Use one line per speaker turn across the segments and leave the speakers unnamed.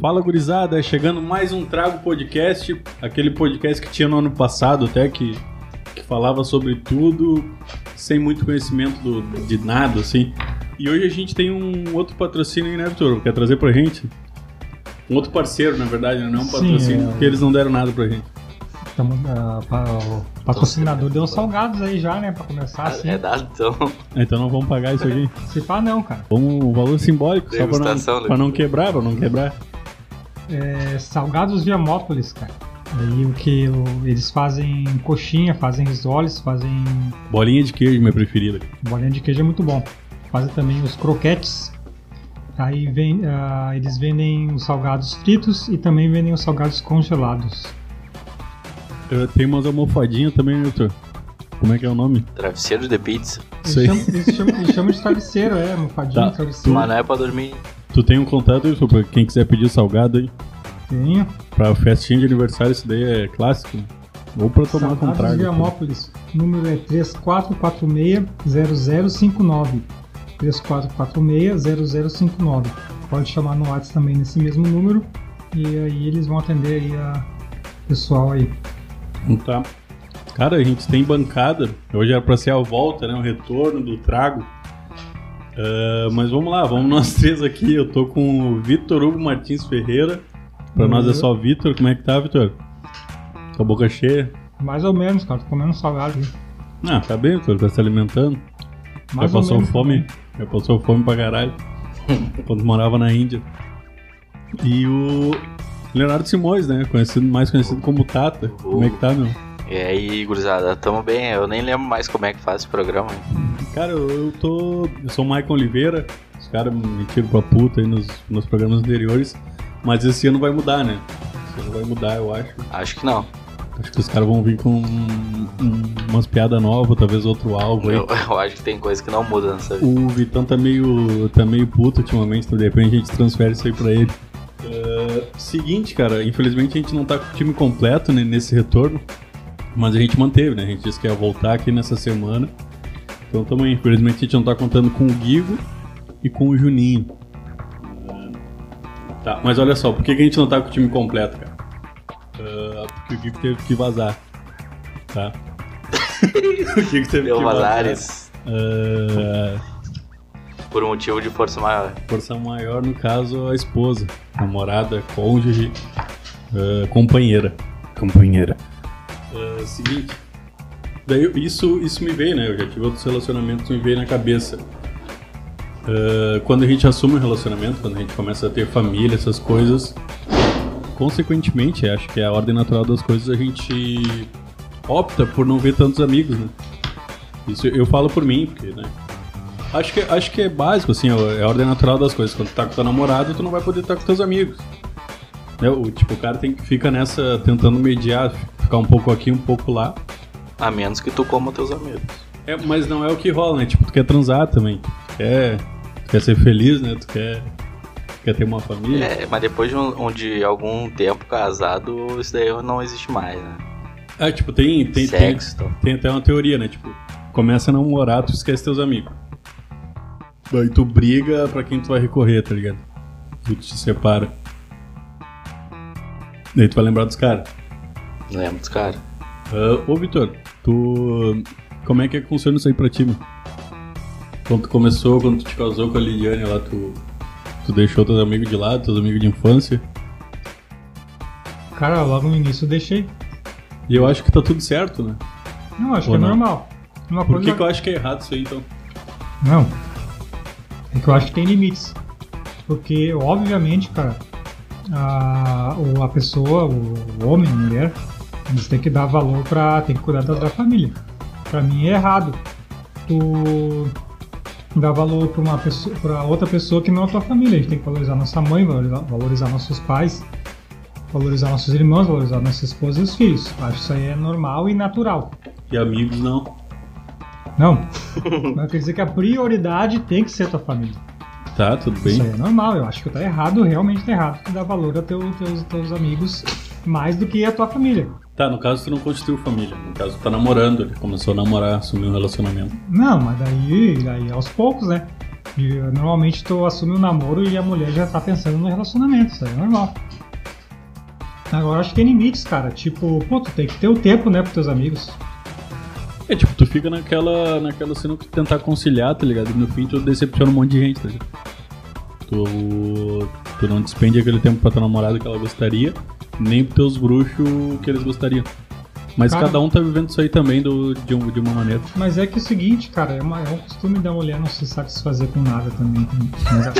Fala gurizada, chegando mais um Trago Podcast, aquele podcast que tinha no ano passado até, que, que falava sobre tudo, sem muito conhecimento do- de nada, assim. E hoje a gente tem um outro patrocínio aí, né, Vitor? Quer trazer pra gente? Um outro parceiro, na verdade, né? não é um
Sim,
patrocínio,
é.
porque eles não deram nada pra gente.
Tamo, ah, pa- o patrocinador deu uns salgados aí já, né? Pra começar assim.
É dado, então.
Então não vamos pagar isso aqui.
Se pá, não, cara.
Vamos um valor simbólico, só pra
Degustação,
não,
né?
pra não quebrar, pra não quebrar.
É, salgados Viamópolis, cara. Aí o que o- eles fazem coxinha, fazem risoles, fazem
Bolinha de queijo, minha preferida.
bolinha de queijo é muito bom. Fazem também os croquetes. Aí vem, ah, eles vendem os salgados fritos e também vendem os salgados congelados.
Eu- Tem umas almofadinhas também, né, Vitor? Como é que é o nome?
Travesseiro de pizza.
Sei.
Eles chamam, eles chamam- eles chamam de travesseiro, é, almofadinha,
Tá.
travesseiro.
Mas não é pra dormir.
Tu tem um contato, Wilson, pra quem quiser pedir salgado aí?
Tenho.
Pra festinha de aniversário, isso daí é clássico. Ou pra tomar com
Salgados
trago.
Viamópolis. Número é 3446-0059. 3446-0059. Pode chamar no WhatsApp também nesse mesmo número. E aí eles vão atender aí a pessoal aí.
Então Tá. Cara, a gente tem bancada. Hoje era pra ser a volta, né? O retorno do trago. Ah, mas vamos lá, vamos nós três aqui. Eu tô com o Vitor Hugo Martins Ferreira. Pra nós é só Vitor. Como é que tá, Vitor? Com a boca cheia?
Mais ou menos, cara. Tô comendo salgado aí.
Ah, tá bem, Vitor. Tá se alimentando. Já
Mais ou
passou
menos.
fome? Já passou fome pra caralho. quando morava na Índia. E o Leonardo Simões, né? Conhecido, mais conhecido como Tata. Como é que tá, meu?
E aí, gurizada, tamo bem. Eu nem lembro mais como é que faz esse programa. hein?
Cara, eu, eu tô. Eu sou o Maicon Oliveira. Os caras me tiram pra puta aí nos, nos programas anteriores. Mas esse ano vai mudar, né? Esse ano vai mudar, eu acho.
Acho que não.
Acho que os caras vão vir com um- um- umas piadas novas, talvez outro alvo aí.
Eu, eu acho que tem coisa que não muda nessa vida.
O Vitão tá meio, tá meio puto ultimamente, então de repente a gente transfere isso aí pra ele. Ah, seguinte, cara, infelizmente a gente não tá com o time completo né, nesse retorno, mas a gente manteve, né? A gente disse que ia voltar aqui nessa semana. Então também, infelizmente a gente não tá contando com o Guigo e com o Juninho. Ah, tá, mas olha só, por que, que a gente não tá com o time completo, cara? Ah, porque o Guigo teve que vazar, tá? o Guigo teve
Deu
que né?
vazares.
Ah,
Por um motivo de força maior.
Força maior, no caso, a esposa, namorada, cônjuge, eh, companheira. Companheira. seguinte. Daí, isso, isso me veio, né? Eu já tive outros relacionamentos, me veio na cabeça. Eh, quando a gente assume um relacionamento, quando a gente começa a ter família, essas coisas, consequentemente, acho que é a ordem natural das coisas, a gente opta por não ver tantos amigos, né? Isso eu falo por mim, porque, né? Acho que, acho que é básico, assim, ó, é a ordem natural das coisas. Quando tu tá com teu namorado, tu não vai poder estar com teus amigos. Né? O, tipo, o cara tem que fica nessa, tentando mediar, ficar um pouco aqui, um pouco lá.
A menos que tu coma teus amigos.
É, mas não é o que rola, né? Tipo, tu quer transar também. Tu quer, tu quer ser feliz, né? Tu quer, quer ter uma família.
É, mas depois de, um, um- de algum tempo casado, isso daí não existe mais, né?
Ah, tipo, tem, tem, tem,
Sexo, então.
tem até uma teoria, né? Tipo, começa a namorar, tu esquece teus amigos. Daí tu briga pra quem tu vai recorrer, tá ligado? Tu te separa. Daí tu vai lembrar dos caras.
Lembra dos caras?
Ah, ô, Vitor, tu. Como é que funciona isso aí pra ti? meu? Quando tu começou, quando tu te casou com a Lidiane lá, tu. Tu deixou teus amigos de lado, teus amigos de infância.
Cara, logo no início eu deixei.
E eu acho que tá tudo certo, né?
Não, acho
Ou
que é
não?
normal. Uma
Por que,
coisa-
que eu acho que é errado isso aí, então?
Não. É que eu acho que tem limites. Porque, obviamente, cara, a, o- a pessoa, o homem, a mulher, eles têm que dar valor pra. tem que cuidar da, da família. Pra mim é errado. Tu dar valor pra, uma pessoa, pra outra pessoa que não é a tua família. A gente tem que valorizar nossa mãe, valorizar, valorizar nossos pais, valorizar nossos irmãos, valorizar nossa esposa e os filhos. Acho que isso aí é normal e natural.
E amigos não.
Não. Mas quer dizer que a prioridade tem que ser a tua família.
Tá, tudo bem.
Isso aí é normal, eu acho que tá errado, realmente tá errado. Tu dá valor a teu, teus, teus amigos mais do que a tua família.
Tá, no caso tu não constituiu família. No caso tu tá namorando, ele começou a namorar, assumiu um relacionamento.
Não, mas daí, daí aos é poucos, né? E, eh, normalmente tu assume um namoro e a mulher já tá pensando no relacionamento, isso aí é normal. Agora eu acho que tem limites, cara. Tipo, pô, tu tem que ter o tempo, né, pros teus amigos.
É tipo, tu fica naquela, naquela cena que tu tentar conciliar, tá ligado? E no fim tu decepciona um monte de gente, tá ligado? Tu, tu não despende aquele tempo pra tua namorada que ela gostaria, nem pros teus bruxos que eles gostariam. Mas
Cara.
cada um tá vivendo isso aí também do, de, um- de uma maneira.
Mas é que é o seguinte, cara, é, uma, é um costume da mulher não se satisfazer com nada também. né?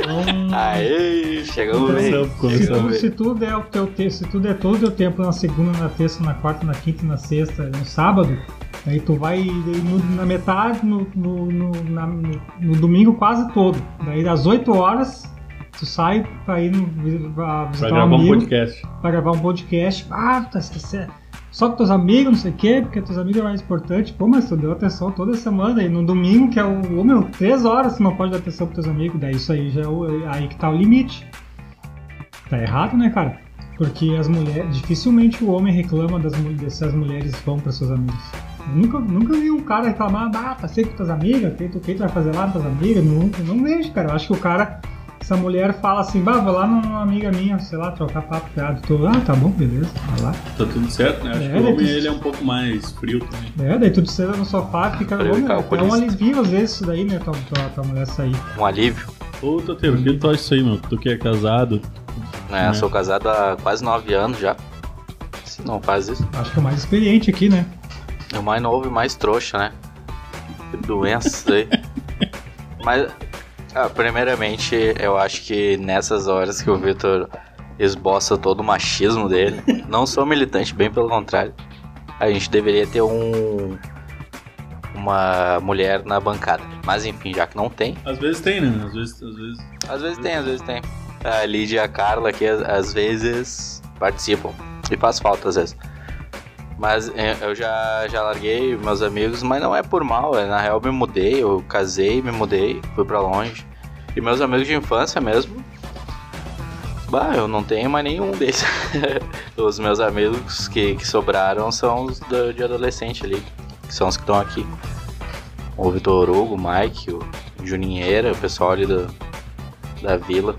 Então,
Aê, chegamos bem.
Começamos,
Se
começamos.
tu, se tu der o teu te- se tu der todo o teu tempo na segunda, na terça, na quarta, na quinta, na sexta, no sábado, aí tu vai e no- na metade, no, no- no- na- no- no domingo quase todo. Daí das 8 horas, tu sai pra ir no, pra
Pra
visitar um
gravar um
amigo,
podcast.
pra gravar um podcast. Ah, tu tá esquecendo. Só com teus amigos, não sei o quê, porque teus amigos é mais importante. Pô, mas tu deu atenção toda semana e no domingo, que é o. Ô meu, três horas tu não pode dar atenção pros teus amigos. Daí isso aí já é o- é aí que tá o limite. Tá errado, né, cara? Porque as mulheres. Dificilmente o homem reclama das mulheres se as mulheres vão para seus amigos. Eu Nunca, nunca vi um cara reclamar, ah, passei com tuas amigas, o que tu, que tu vai fazer lá com tuas amigas? Nunca, não vejo, cara. Eu acho que o cara, se a mulher fala assim, bah, vou lá numa amiga minha, sei lá, trocar papo, piado, tu, ah, tá bom, beleza, vai lá.
Tá tudo certo, né? Acho
É,
que o
né,
homem
que-
ele é um pouco mais frio também.
É, daí tu senta no sofá, fica
Pra ele
bom,
ficar
né? é um
alcoolista.
alivio às vezes isso daí, né, tua, tua, tua mulher sair.
Um alívio.
Ô, Tateiro, o que tu acha disso aí, meu? Tu que é casado,
Né?
É.
Sou casado há quase nove anos já. Se não faz isso.
Acho que é o mais experiente aqui, né?
É o mais novo e mais trouxa, né? Que Doença isso aí. Mas, ah, primeiramente, eu acho que nessas horas que o Vitor esboça todo o machismo dele, não sou militante, bem pelo contrário. A gente deveria ter um. Uma mulher na bancada. Mas enfim, já que não tem.
às vezes tem, né? Às vezes, às vezes.
Às vezes tem, às vezes tem. A Lídia e a Carla aqui, às- às vezes, participam. E faz falta, às vezes. Mas é, eu já, já larguei meus amigos, mas não é por mal. é, Na real, eu me mudei, eu casei, me mudei, fui pra longe. E meus amigos de infância mesmo. Bah, eu não tenho mais nenhum deles. os meus amigos que, que sobraram são os do- de adolescente ali, que são os que estão aqui. O Vitor Hugo, o Mike, o Juninheira, o pessoal ali do, da vila.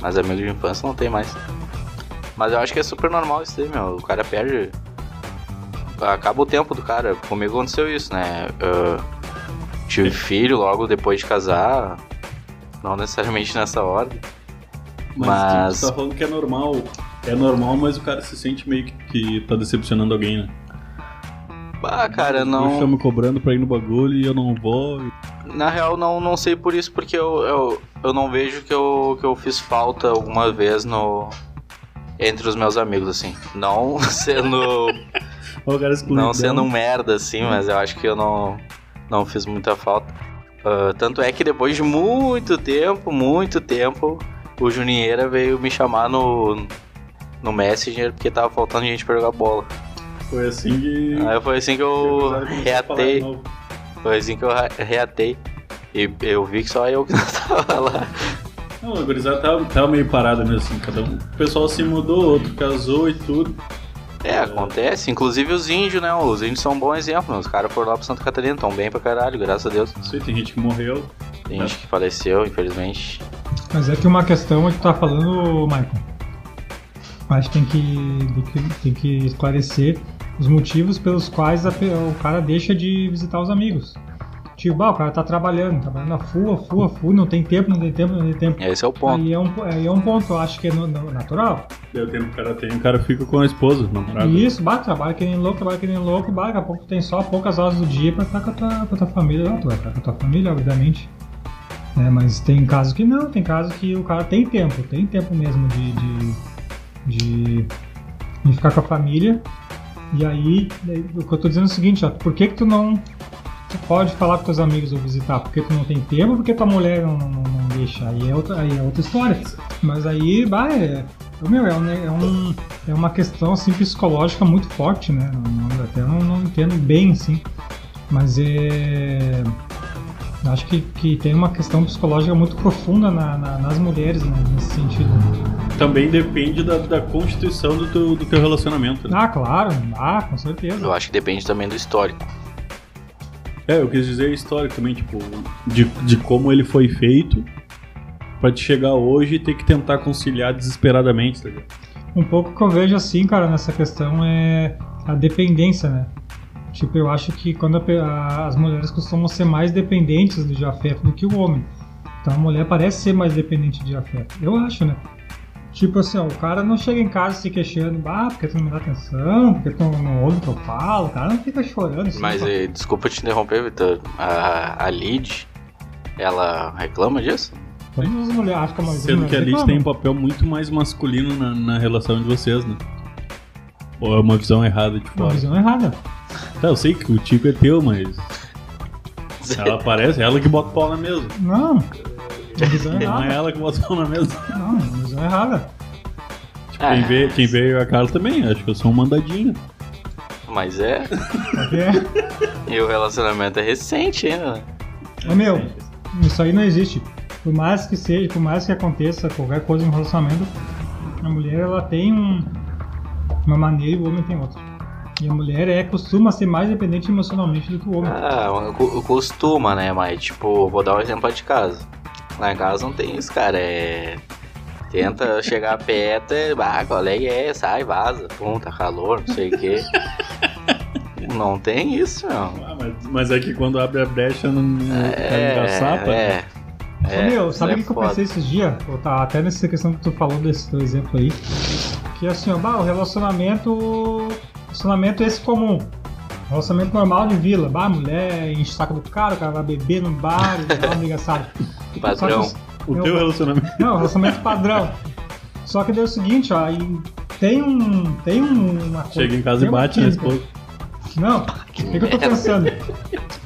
Mas amigos de infância não tem mais. Mas eu acho que é super normal isso aí, meu. O cara perde. Acaba o tempo do cara. Comigo aconteceu isso, né? Eu tive filho logo depois de casar. Não necessariamente nessa ordem.
Mas,
Mas-
Tipo, tu tá falando que é normal. É normal, mas o cara se sente meio que, que tá decepcionando alguém, né?
Ah, cara,
O
não.
bruxo tá me cobrando pra ir no bagulho e eu não vou. e-
Na real, não, não sei por isso, porque eu, eu, eu não vejo que eu, que eu fiz falta alguma vez no. Entre os meus amigos, assim. Não sendo
Ó, o cara excluindo.
Não sendo um merda, assim, mas eu acho que eu não, não fiz muita falta. Ah, tanto é que depois de muito tempo, muito tempo, o Juninheira veio me chamar no, no Messenger porque tava faltando gente pra jogar bola.
Foi assim que.
Aí foi assim que eu reatei. Foi assim que eu ra- reatei. E eu vi que só eu que não tava lá.
Não, a gurizada tava, tava meio parada mesmo assim, cada um. O pessoal se mudou, outro casou e tudo.
É, acontece. Inclusive os índios, né? Os índios são um bom exemplo. né? Os caras foram lá pra Santa Catarina, tão bem pra caralho, graças a Deus.
Não sei, tem gente que morreu.
Tem gente que faleceu, infelizmente.
Mas é que uma questão é que tu tá falando, Michael. Acho que tem que, tem que, tem que esclarecer os motivos pelos quais a pe- o cara deixa de visitar os amigos. Tipo, ah, o cara tá trabalhando, trabalhando a full, a full, a full, não tem tempo, não tem tempo, não tem tempo.
Esse é o ponto.
Aí é um, po- aí é um ponto, eu acho que é no- no- natural.
Deu tempo que o cara tem, o cara fica com a esposa, namorada.
E isso, bate, trabalha que nem louco, trabalha que nem louco, bah, daqui a pouco tu tem só poucas horas do dia pra estar com a tua, com a tua família. Não, tu vai estar com a tua família, obviamente. Né, mas tem caso que não, tem caso que o cara tem tempo, tem tempo mesmo de, de, de, de ficar com a família. E aí, daí, o que eu tô dizendo é o seguinte, ó, por que que tu não tu pode falar com teus amigos ou visitar? Porque tu não tem tempo ou porque tua mulher não, não, não deixa? Aí é, outra, aí é outra história. Mas aí, bah, é, meu, é um, ne- é um é uma questão assim psicológica muito forte, né? Não- não- até não, não entendo bem, assim. Mas é. Acho que, que tem uma questão psicológica muito profunda na- na- nas mulheres, né? Nesse sentido.
Também depende da, da constituição do teu, do teu relacionamento. né?
Ah, claro, ah, com certeza.
Eu acho que depende também do histórico.
É, eu quis dizer histórico também, tipo, de, de como ele foi feito pra te chegar hoje e ter que tentar conciliar desesperadamente, tá ligado?
Um pouco que eu vejo assim, cara, nessa questão é a dependência, né? Tipo, eu acho que quando a pe- a- as mulheres costumam ser mais dependentes do de afeto do que o homem. Então a mulher parece ser mais dependente de afeto. Eu acho, né? Tipo assim, ó, o cara não chega em casa se queixando, ah, porque tu não me dá atenção, porque tu não ouve o que eu falo, o cara não fica chorando. assim,
Mas
só-
eh, desculpa te interromper, Vitor. A, a Lid, ela reclama disso?
Todas as mulheres, acho que a maioria das
Sendo
mulheres
que a Liz
reclama.
tem um papel muito mais masculino na, na relação de vocês, né? Ou é uma visão errada de
uma
fora?
visão errada.
Tá, eu sei que o Tico é teu, mas ela aparece, é ela que bota o pau na mesa.
Não, uma visão
Não é
errada.
ela que bota o pau na mesa. Tipo,
Não, uma visão errada.
Ah,
Quem veio, quem veio a Carla também, acho que eu sou um mandadinho.
Mas é.
Porque,
E o relacionamento é recente ainda, né?
ô meu, isso aí não existe. Por mais que seja, por mais que aconteça qualquer coisa no relacionamento, a mulher ela tem um, uma maneira e o homem tem outra. E a mulher é costuma ser mais dependente emocionalmente do que o homem.
Ah, eu co- eu costuma, né? Mas, tipo, vou dar um exemplo lá de casa. Lá em casa não tem isso, cara. É. Tenta chegar perto, é, ah, qual é, que é, sai, vaza, pum, tá calor, não sei o quê. não tem isso, não.
Ah, mas, mas é que quando abre a brecha no, no
É,
da sapa,
é,
né? Ô, meu,
isso
sabe o
é
que, que eu
foda.
pensei esses dias? Pô, tá, até nessa questão que tu falou desse teu exemplo aí. Que assim, ó, bah, o relacionamento. Relacionamento esse comum. Relacionamento normal de vila. Bah, mulher enche o saco do cara, o cara vai beber no bar, e tal, amiga, sabe? Só que
Padrão.
os-
o
eu-
teu relacionamento.
Não, relacionamento padrão. Só que daí é o seguinte, ó, aí tem um. Tem um- uma coisa.
Chega em casa e
tem uma
bate na
química.
esposa.
Não, o que, que eu tô pensando?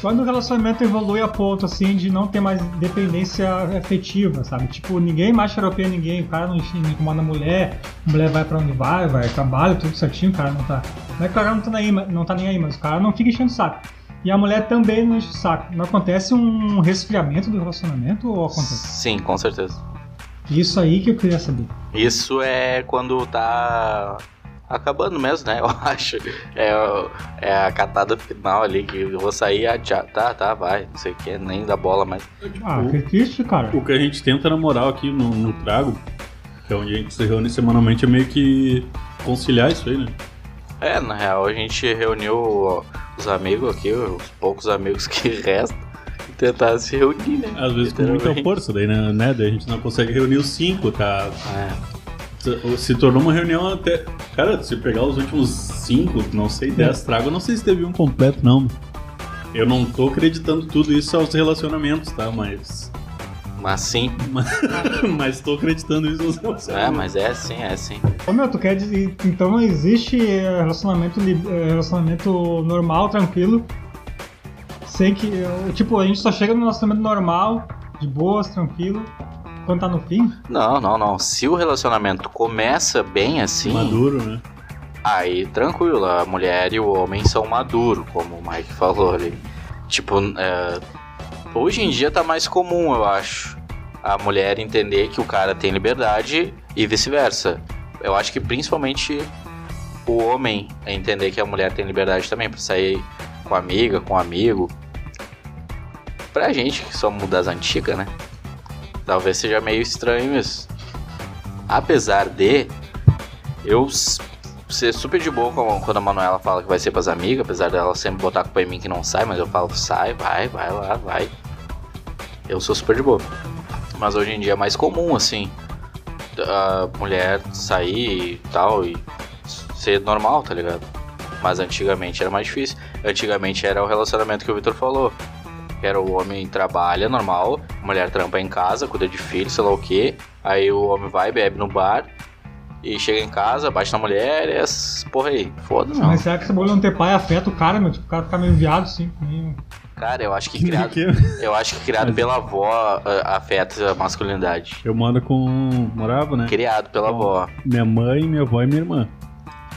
Quando o relacionamento evolui a ponto assim de não ter mais dependência afetiva, sabe? Tipo, ninguém mais xaropeia ninguém, o cara não enche- não incomoda a mulher, a mulher vai pra onde vai, vai, trabalha, tudo certinho, o cara não tá. Não é que o cara não tá, nem aí, mas- não tá nem aí, mas o cara não fica enchendo o saco. E a mulher também não enche o saco. Não acontece um resfriamento do relacionamento ou acontece?
Sim, com certeza.
Isso aí que eu queria saber.
Isso é quando tá acabando mesmo, né? Eu acho. É, o- é a catada final ali que eu vou sair, ah, tchau, tá, tá, vai, não sei o que, nem dá bola, mas.
Ah, que triste, cara.
O que a gente tenta, na moral, aqui no, no Trago, que é onde a gente se reúne semanalmente, é meio que conciliar isso aí, né?
É, na real, a gente reuniu os amigos aqui, os poucos amigos que restam, e tentar se reunir, né?
Às vezes com muita
Literalmente.
força, daí, né? né? Daí a gente não consegue reunir os cinco, tá?
É.
Se- Se tornou uma reunião até. Cara, se pegar os últimos cinco, não sei,
É.
dez trago, eu não sei se teve um completo, não. Eu não tô acreditando tudo isso aos relacionamentos, tá? Mas.
Mas sim,
mas tô acreditando isso aos
é,
relacionamentos.
mas é sim, é sim.
Ô meu, tu quer dizer, então não existe eh, relacionamento, li- eh, relacionamento normal, tranquilo, sem que, eh, tipo, a gente só chega no relacionamento normal, de boas, tranquilo, quando tá no fim,
Não, não, não. Se o relacionamento começa bem assim.
Maduro, né?
Aí, tranquilo, a mulher e o homem são maduros, como o Mike falou ali. Tipo, é, hoje em dia tá mais comum, eu acho, a mulher entender que o cara tem liberdade e vice-versa. Eu acho que principalmente o homem é entender que a mulher tem liberdade também pra sair com a amiga, com o amigo. Pra gente que somos das antigas, né? Talvez seja meio estranho isso. Apesar de eu s- ser super de boa com- quando a Manuela fala que vai ser pras amigas, apesar dela sempre botar a culpa em mim que não sai, mas eu falo, sai, vai, vai lá, vai. Eu sou super de boa. Mas hoje em dia é mais comum, assim, a mulher sair e tal, e ser normal, tá ligado? Mas antigamente era mais difícil. Antigamente era o relacionamento que o Vitor falou. que Era o homem trabalha normal, a mulher trampa em casa, cuida de filho, sei lá o que. Aí o homem vai, bebe no bar, e chega em casa, bate na mulher e essas porra aí. Foda não.
mas será que essa bolha não ter pai afeta o cara, meu, tipo, o cara fica meio viado, assim, meio...
Cara, eu acho que criado, eu acho que criado
Mas-
pela avó a- afeta a masculinidade.
Eu moro com. Morava, né?
Criado pela avó.
Minha mãe, minha avó e minha irmã.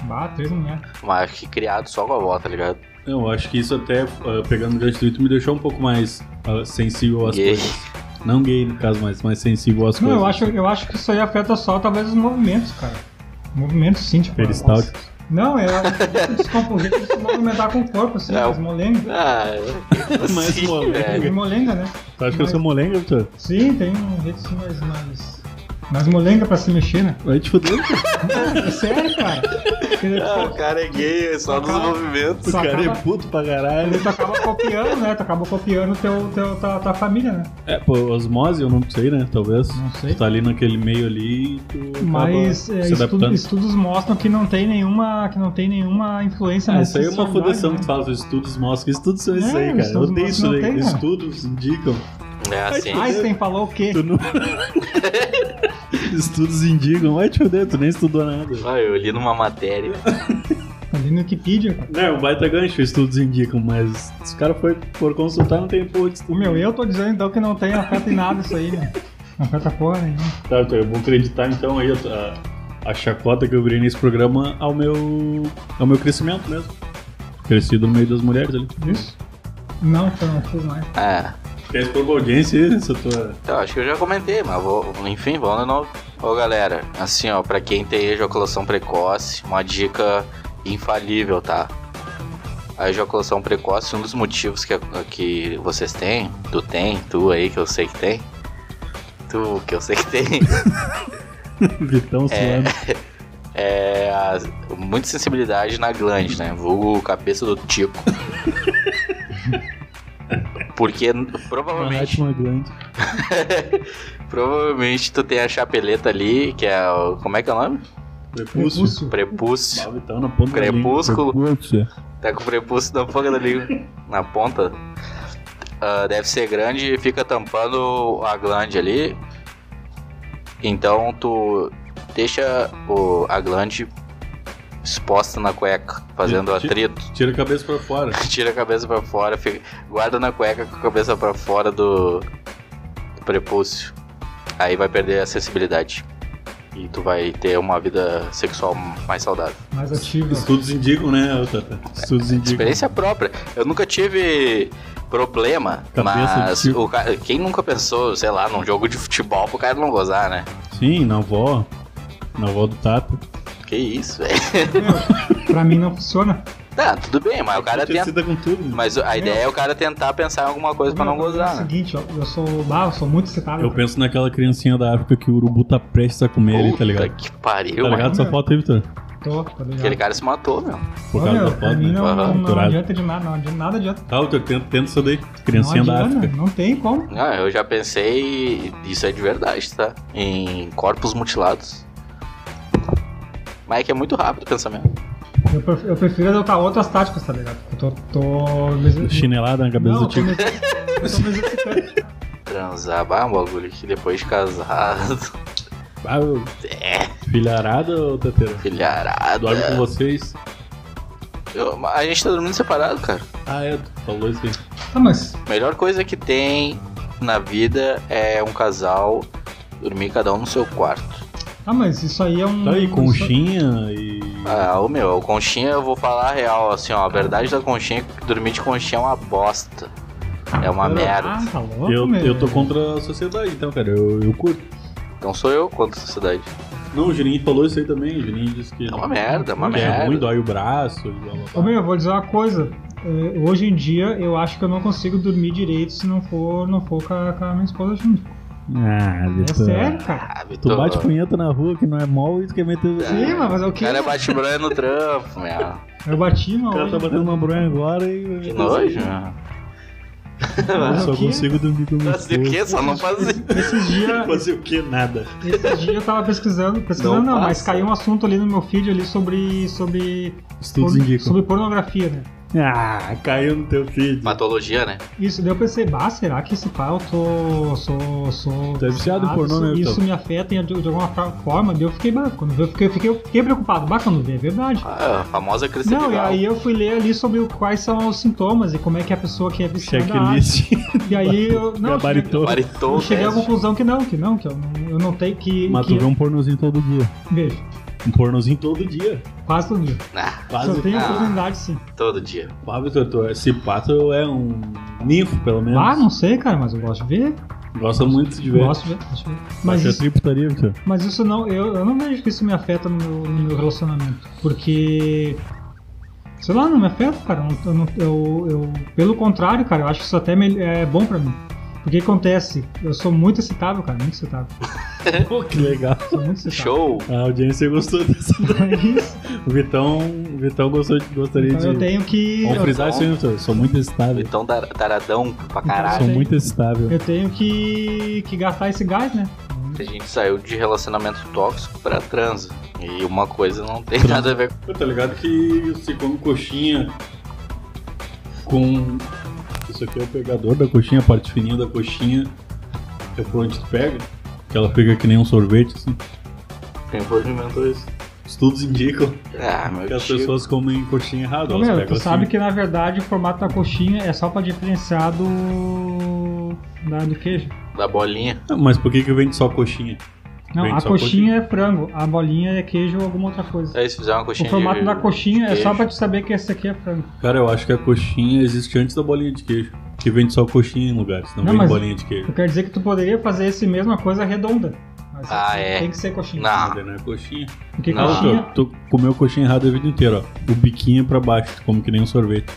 Bah, três mulheres.
Mas acho que criado só com a avó, tá ligado?
Eu acho que isso até, ah, pegando o gancho do Ito, me deixou um pouco mais ah, sensível às
Gay.
coisas. Não gay, no caso, mas mais sensível às
Não,
coisas.
eu acho, eu acho que isso aí afeta só, talvez, os movimentos, cara. Movimentos, sim, tipo...
Peristálticos.
nossa. Não, é descomposi- se movimentar com o corpo, assim,
É,
as molengas.
Ah,
Mas,
mas,
mano,
Tem molenga, né?
Tu acha que eu sou molenga, Vitor?
Sim, tem um jeito assim mais. mais... Mas molenga pra se mexer, né?
Vai te fuder.
É sério, cara. Porque
Ah,
depois-
o cara é gay, é só nos
Cara.
O
movimentos.
Só
cara
acaba-
é puto pra
Aí
caralho.
tu tá acaba copiando, né? Tu acaba copiando teu, teu, tua, tua família, né?
É, pô, osmose eu não sei, né? Talvez.
Não sei.
Tu tá ali naquele meio ali e tu acaba
Mas é,
se
estudo-
adaptando.
estudos mostram que não tem nenhuma, que não tem nenhuma influência
Ah,
na
isso aí é uma
sexualidade,
fundação
né?
que tu fala, os estudos mostram. que Estudos são isso
É,
aí, cara. Eu
estudos
odeio isso
mostram que
daí.
não tem, né? cara.
estudos indicam.
É assim.
Einstein Ah, falou o quê?
Tu não... estudos indicam. Vai te fuder, tu nem estudou nada.
Ah, eu li numa matéria.
Ali no Wikipedia, cara.
Não, é um baita gancho, estudos indicam, mas se o cara for, for consultar, não tem porra de estudo.
Meu, eu tô dizendo então que não tem afeta em nada isso aí, né? Não afeta porra nenhuma.
Tá, então eu vou acreditar então aí a, a chacota que eu virei nesse programa ao meu, ao meu crescimento mesmo. Crescido no meio das mulheres ali.
Isso? Não, eu não fiz mais.
Ah,
Quer expor pra audiência aí, essa tua.
eu então, acho que eu já comentei, mas vou, enfim, vamos de novo. Ô galera, assim ó, pra quem tem ejaculação precoce, uma dica infalível, tá? A ejaculação precoce, um dos motivos que, que vocês têm, tu tem, tu aí que eu sei que tem, tu que eu sei que tem,
Vitão suando.
é a- muita sensibilidade na glande, né? Vulgo cabeça do tico. Porque provavelmente
Mahatma Gandhi.
Provavelmente tu tem a chapeleta ali, que é o. Como é que é o nome?
Prepúcio.
Prepúcio.
Prepúcio.
Ah, Vitão na ponta da língua.
Crepúsculo.
Prepúcio.
Tá com o prepúcio na ponta da língua. Na ponta. Ah, deve ser grande e fica tampando a glande ali. Então tu deixa o, a glande exposta na cueca, fazendo
Ti- ti-
atrito.
Tira a cabeça pra fora.
Tira a cabeça pra fora, fica- guarda na cueca com a cabeça pra fora do, do prepúcio. Aí vai perder a sensibilidade. E tu vai ter uma vida sexual mais saudável.
Mais ativa.
Estudos indicam, né, ô Tata? Estudos indicam.
Experiência própria. Eu nunca tive problema,
Cabeça
mas
de tipo.
o cara, quem nunca pensou, sei lá, num jogo de futebol pro cara não gozar, né?
Sim, na avó. Na avó do Tata.
Que isso, velho.
Pra mim não funciona.
Tá, tudo bem, mas o
É
cara tenta.
tenta com tudo. né?
Mas a ideia é o cara tentar pensar em alguma coisa pra não
Meu, É o
gozar, né?
seguinte, ó, eu sou lá, eu sou muito excitável.
Eu penso naquela criancinha da África que o urubu tá prestes a comer ele, tá ligado?
né? Puta que pariu,
Tá
mano.
ligado essa foto aí, Vitor?
Tô, tá ligado?
Aquele cara se matou, meu.
Por
Ô,
causa
meu,
da
pra
foto,
mim
né?
não,
Aham.
não, não
Capturado.
adianta de nada, não adianta nada adianta.
Tá, Vitor, tenta, tenta isso daí. Criancinha
não
da África.
não tem como.
Ah, eu já pensei, isso é de verdade, tá? Em corpos mutilados. Mas é que é muito rápido o pensamento.
Eu pref- eu prefiro adotar outras táticas, tá ligado? Eu tô. tô me exer-
Chinelada na cabeça
não,
do
eu
Tico.
tô me exer- eu tô me exercitando.
Transar, bah, um bagulho que depois de casado,
Ah, eu- Filharada ou Tateira?
filharado.
Dorme com vocês?
Eu- a gente tá dormindo separado, cara.
Ah, é, tu falou isso aí.
Ah, mas.
Melhor coisa que tem na vida é um casal dormir cada um no seu quarto.
Ah, mas isso aí é um.
Tá aí,
isso-
conchinha e.
Ah, o meu, o conchinha, eu vou falar a real, assim, ó. A verdade da conchinha é que dormir de conchinha é uma bosta. É uma merda.
Ah, tá louco,
Eu,
meu.
eu tô contra a sociedade, então, cara. Eu, eu curto.
Então sou eu contra a sociedade.
Não, o Juninho falou isso aí também. O Juninho disse que.
É uma merda, é uma
que
merda.
é ruim, dói o braço. E blá, blá,
Ô,
blá.
meu, eu vou dizer uma coisa. É, Hoje em dia eu acho que eu não consigo dormir direito se não for, não for com, a, com a minha esposa junto.
Ah,
É
Vitor.
sério, cara.
Ah,
Tu
Vitor.
bate punheta na rua que não é mol e tu quer meter.
Sim, mas fazer o
O
quê?
cara é bate bronha no trampo, meu.
Eu bati,
O
mano.
cara tá batendo uma bronha agora e.
Que nojo, meu.
Eu só
O quê?
consigo dormir com
Mas o
meu
que? Só não faz isso.
Esses dias
Fazer o que? Nada.
esses dias eu tava pesquisando, pesquisando
Não
não, mas
faça.
caiu um assunto ali no meu feed ali sobre. sobre.
Estudos
por-
indicam.
sobre pornografia, né?
Ah, caiu no teu feed.
Patologia, né?
Isso, daí eu pensei, bah, será que esse pau eu tô. sou. sou.
Tá viciado em
Ah,
pornô,
isso,
né, Vitão?
Isso me afeta em- de, de alguma fra- forma, daí eu fiquei, bah, quando vi, eu fiquei, eu fiquei, eu fiquei preocupado, bah, quando vi, é verdade.
Ah, a famosa
é
crescida.
Não, e aí eu fui ler ali sobre o- quais são os sintomas e como é que a pessoa que é viciada age.
Checklist.
E aí eu. Não, eu cheguei-
Gabaritou.
Baritou
eu
o
cheguei à
teste.
conclusão que não, que não, que eu não, eu não tenho que.
Mas tu
que
vê um pornozinho todo dia.
Vejo,
Um pornozinho todo dia.
quase todo dia.
Ah,
Se eu
Quase. Ah,
tenho
Ah.
oportunidade, sim.
todo dia.
Pá, Vitor, tu, esse pato é um ninfo, pelo menos.
Ah, não sei, cara, mas eu gosto de ver.
Gosta muito de ver. Tá
Gosto, de- gosto de- mas
Acha
isso,
triputaria, Vitor.
mas isso não, eu, eu não vejo que isso me afeta no meu, no meu relacionamento, porque sei lá, não me afeta, cara. Eu não- Eu, não- eu- eu- pelo contrário, cara, eu acho que isso até me- é bom pra mim. Porque acontece, eu sou muito excitável, cara, muito excitável.
Pô, que legal.
Sou muito excitável.
Show!
A audiência gostou dessa.
É isso.
O Vitão, o Vitão gostou, de- gostaria
Então eu
de.
tenho que.
Vamos
Eu,
frisar isso aí, Vitor. Sou muito excitável.
Então, tar- taradão
Sou
pra caralho.
muito excitável.
eu tenho que, que gastar esse gás, né?
A gente saiu de relacionamento tóxico pra transa. E uma coisa não tem
Transa.
nada a ver com
Pô, tá ligado que você come coxinha com. Isso aqui é o pegador da coxinha, a parte fininha da coxinha. É por onde tu pega. Que ela fica que nem um sorvete, assim.
quem movimentou isso.
Estudos indicam
Ah, meu
que as
tio.
pessoas comem coxinha errada.
Ô,
Elas
meu,
pegam
tu sabe
assim.
que na verdade o formato da coxinha é só pra diferenciar do. da- do queijo.
Da bolinha.
Ah, Mas por que, que vende só coxinha?
Não,
Vende
a
só
coxinha, é frango, a bolinha é queijo ou alguma outra coisa.
Aí se fizer uma
o
É, coxinha
formato
de-
da coxinha
de
é só
queijo.
pra te saber que esse aqui é frango.
Cara, eu acho que a coxinha existe antes da bolinha de queijo. Que vende só coxinha em lugares, não,
Não,
vende
mas-
bolinha de queijo.
Eu quero dizer que tu poderia fazer esse mesma coisa redonda. Mas
Ah,
tem-
é.
Tem que ser coxinha.
Não. Ah.
Nada, né? Coxinha.
Porque
Não,
coxinha.
Não, tu, tu comeu coxinha errada a vida inteira, ó. O biquinho é pra baixo, tu come que nem um sorvete.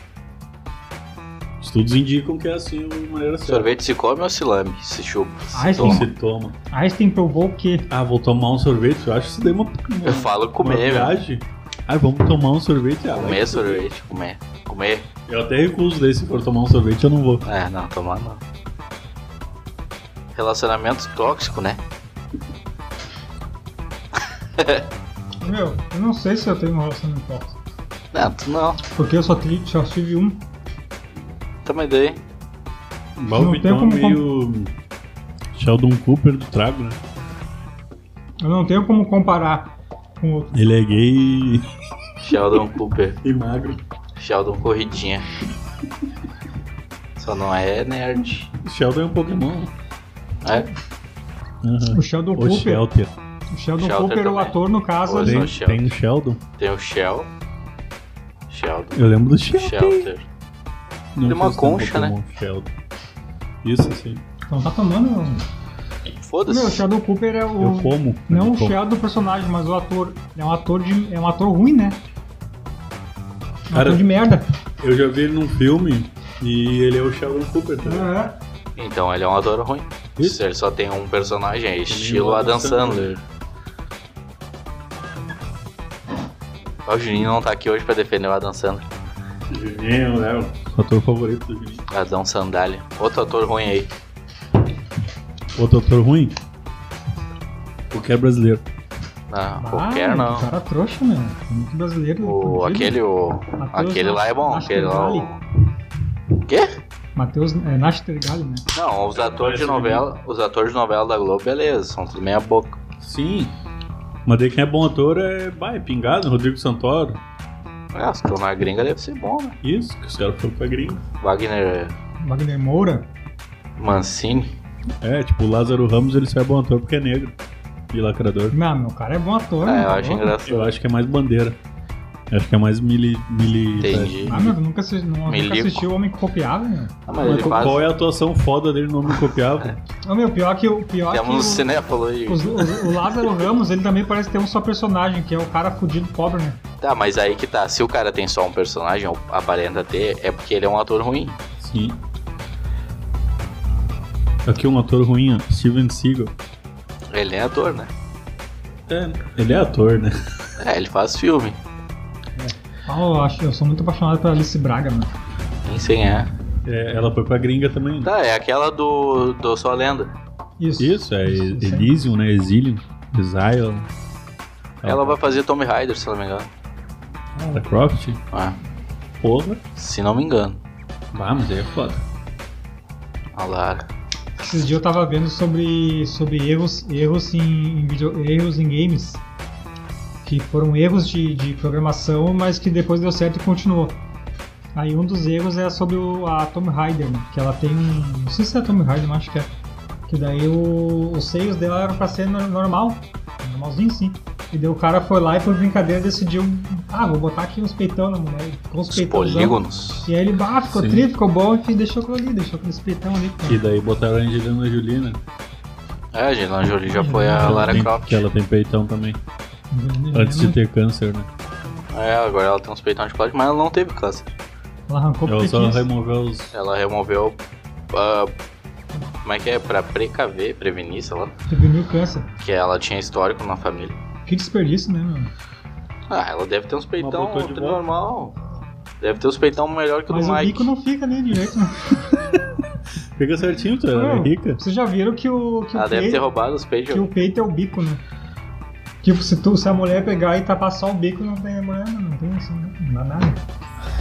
Estudos indicam que é assim a maneira certa.
Sorvete se come ou se lame? Se chupa. se
Ai, sim.
toma.
Você toma.
Einstein provou o quê?
Ah, vou tomar um sorvete? Eu acho que isso daí é uma, uma,
Eu falo
uma
comer, velho.
viagem. Ah, vamos tomar um sorvete? Ah, vai.
né? Comer sorvete, comer. Comer.
Eu até recuso daí, se for tomar um sorvete eu não vou.
É, não, tomar não. Relacionamento tóxico, né?
Meu, eu não sei se eu tenho um relacionamento tóxico.
Não, tu não.
Porque eu só, tri- só tive um.
Também daí.
Mas o
Não tem
Vitão é
como-
meio... Sheldon Cooper do trago, né?
Eu não tenho como comparar com outro.
Ele é gay e,
Sheldon Cooper.
e magro.
Sheldon Corridinha. Só não é nerd.
Sheldon é um Pokémon.
É?
Aham.
O Sheldon
O
Cooper.
Shelter.
O Sheldon
Shelter
Cooper, o
também.
ator, no caso,
Pois
ele-
Tem,
Shelter.
tem o Sheldon?
Tem o Shell. Sheldon.
Eu lembro do Sheldon.
Shelter.
Não
Tem uma
sei se é um
concha, né?
Pokémon Sheldon. Isso sim.
Então tá tomando. Meu, o
Foda-se.
Sheldon Cooper é
Eu
o.
como.
Não
eu
o
como.
Sheldon do personagem, mas o ator. É um ator de. É um ator ruim, né? É Um
Cara-
ator de merda.
Eu já vi ele num filme e ele é o Sheldon Cooper também.
É.
Então ele é um ator ruim.
Isso.
Se Ele só tem um personagem, é
o
estilo
Adam
Adam Sandler. Ó, O Juninho não tá aqui hoje pra defender o Adam Sandler.
Juninho é o ator favorito do Juninho.
Adão Sandália. Outro ator ruim aí.
Outro ator ruim? Qualquer brasileiro.
Não,
Ah,
qualquer
O
não.
cara é trouxa, meu. Muito brasileiro.
O,
bandido.
aquele, o,
Matheus
aquele lá é bom.
Nash
Aquele lá.
Tergali.
O... Quê?
Matheus. É Nash Tergali, né?
Não, os atores de novela. Os atores de novela da Globo, beleza, são tudo meia boca.
Sim. Mas daí quem é bom ator é, bah, é pingado, Rodrigo Santoro.
Ah, se tornar gringa deve ser bom, né?
Isso, que os caras foram pra gringa.
Wagner
Wagner Moura.
Mancini.
É, tipo, o Lázaro Ramos ele só é bom ator porque é negro. E lacrador.
Não, meu o cara é bom ator.
Ah,
né?
eu
Tá
acho
louco?
Eu
engraçado.
acho que é mais bandeira. Eu acho que é mais mili. mili é,
Entendi.
Ah, meu, nunca, assisti, não, nunca
Milico.
assisti o Homem Copiável, meu.
Ah, mas
Mas
ele
qual, qual
faz.
é a atuação foda dele no Homem
É.
Copiável?
Ô, meu, pior que o. Pior que
Temos um
o-
cinéfalo aí.
os- os- o Lázaro Ramos, ele também parece ter um só personagem, que é o cara fudido pobre, né?
Tá, mas aí que tá. Se o cara tem só um personagem, ou aparenta ter, é porque ele é um ator ruim.
Sim. Aqui um ator ruim, ó, Steven Seagal.
Ele é ator, né?
É, ele é ator, né?
É, ele faz filme.
Ah, eu, acho, eu sou muito apaixonado pela Alice Braga, mano.
Nem sei quem é.
É, ela foi pra gringa também. né?
Tá, é aquela do, do Só Lenda.
Isso.
Isso, é
Isso, isso aí.
Elysium, né? Exilium, Exile.
Ela vai fazer Tommy Rider, se não me engano.
É,
Lara Croft?
Ah,
Porra.
se não me engano.
Ah, mas aí é foda.
A Lara.
Esses dias eu tava vendo sobre, sobre erros, erros em, em video- erros em games. Que foram erros de, de programação, mas que depois deu certo e continuou. Aí um dos erros é sobre o, a Tomb Raider, né? que ela tem um. Não sei se é a Tomb Raider, mas acho que é. Que daí o, os seios dela eram pra ser no- normal. Normalzinho sim. E daí o cara foi lá e por brincadeira decidiu, ah, vou botar aqui uns peitão na mulher, com os
Os
peitãozão.
polígonos.
E aí ele, ah, ficou
Sim.
tri, ficou bom, e deixou aquilo ali, deixou aquele peitão ali. cara.
E daí botaram a Angelina Jolie, né?
É, a Angelina Jolie já foi a
Ela
Lara
tem-
Croft.
Então, Que ela tem peitão também.
Angelina
Antes de
Jolie,
ter câncer, né?
É, agora ela tem uns peitão de plástico, mas ela não teve câncer.
Ela arrancou
Ela
porque
só
quis.
removeu os.
Ela removeu. ah, como é que é? Pra precaver, prevenir, sei lá.
Preveniu o câncer.
Que ela tinha histórico na família.
Que desperdício, né, meu?
Ah, ela deve ter uns peitão
botou de
tri-
volta.
normal. Deve ter uns peitão melhor que o do
Mas o
Mike.
bico não fica nem direito, né?
Fica certinho, tu ela é
Não,
rica.
Vocês já viram que o, que,
Ela
o
Ah, deve ter
peito,
roubado os peitos.
que o peito é o bico, né? Tipo, se, tu, se a mulher pegar e tapar só o bico, não tem mulher, não tem isso, né? não dá nada.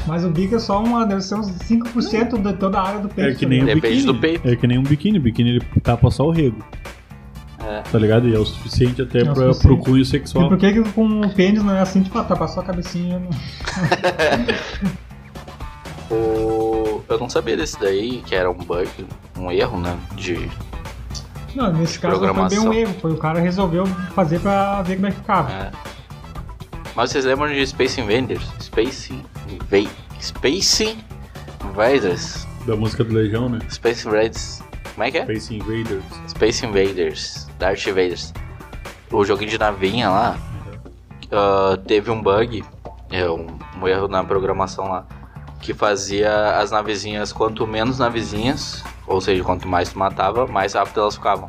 Mas o bico é só uma, deve ser uns 5% de toda a área do peito.
É que nem
tá
um
ligado?
Depende
biquíni.
do peito.
É que nem um biquíni. Biquíni ele tapa só o rego.
É.
Tá ligado? E é o suficiente até
É o
pra,
suficiente.
pro cunho
E
sexual.
por que, que com o pênis não é assim, tipo, ah, tapar só a cabecinha? Não...
O... Eu não sabia desse daí, que era um bug, um erro, né? De.
Não, nesse caso não foi bem um
Programação.
erro, foi o cara resolveu fazer pra ver como é que ficava.
é. Mas vocês lembram de Space Invaders? Space Invaders. Space Invaders.
Da música do Legião, né?
Space Invaders. Como é que é?
Space Invaders.
Space Invaders. Darth Invaders. O joguinho de navinha lá. ah, teve um bug. É, um, um erro na programação lá. Que fazia as navezinhas, quanto menos navezinhas, ou seja, quanto mais tu matava, mais rápido elas ficavam.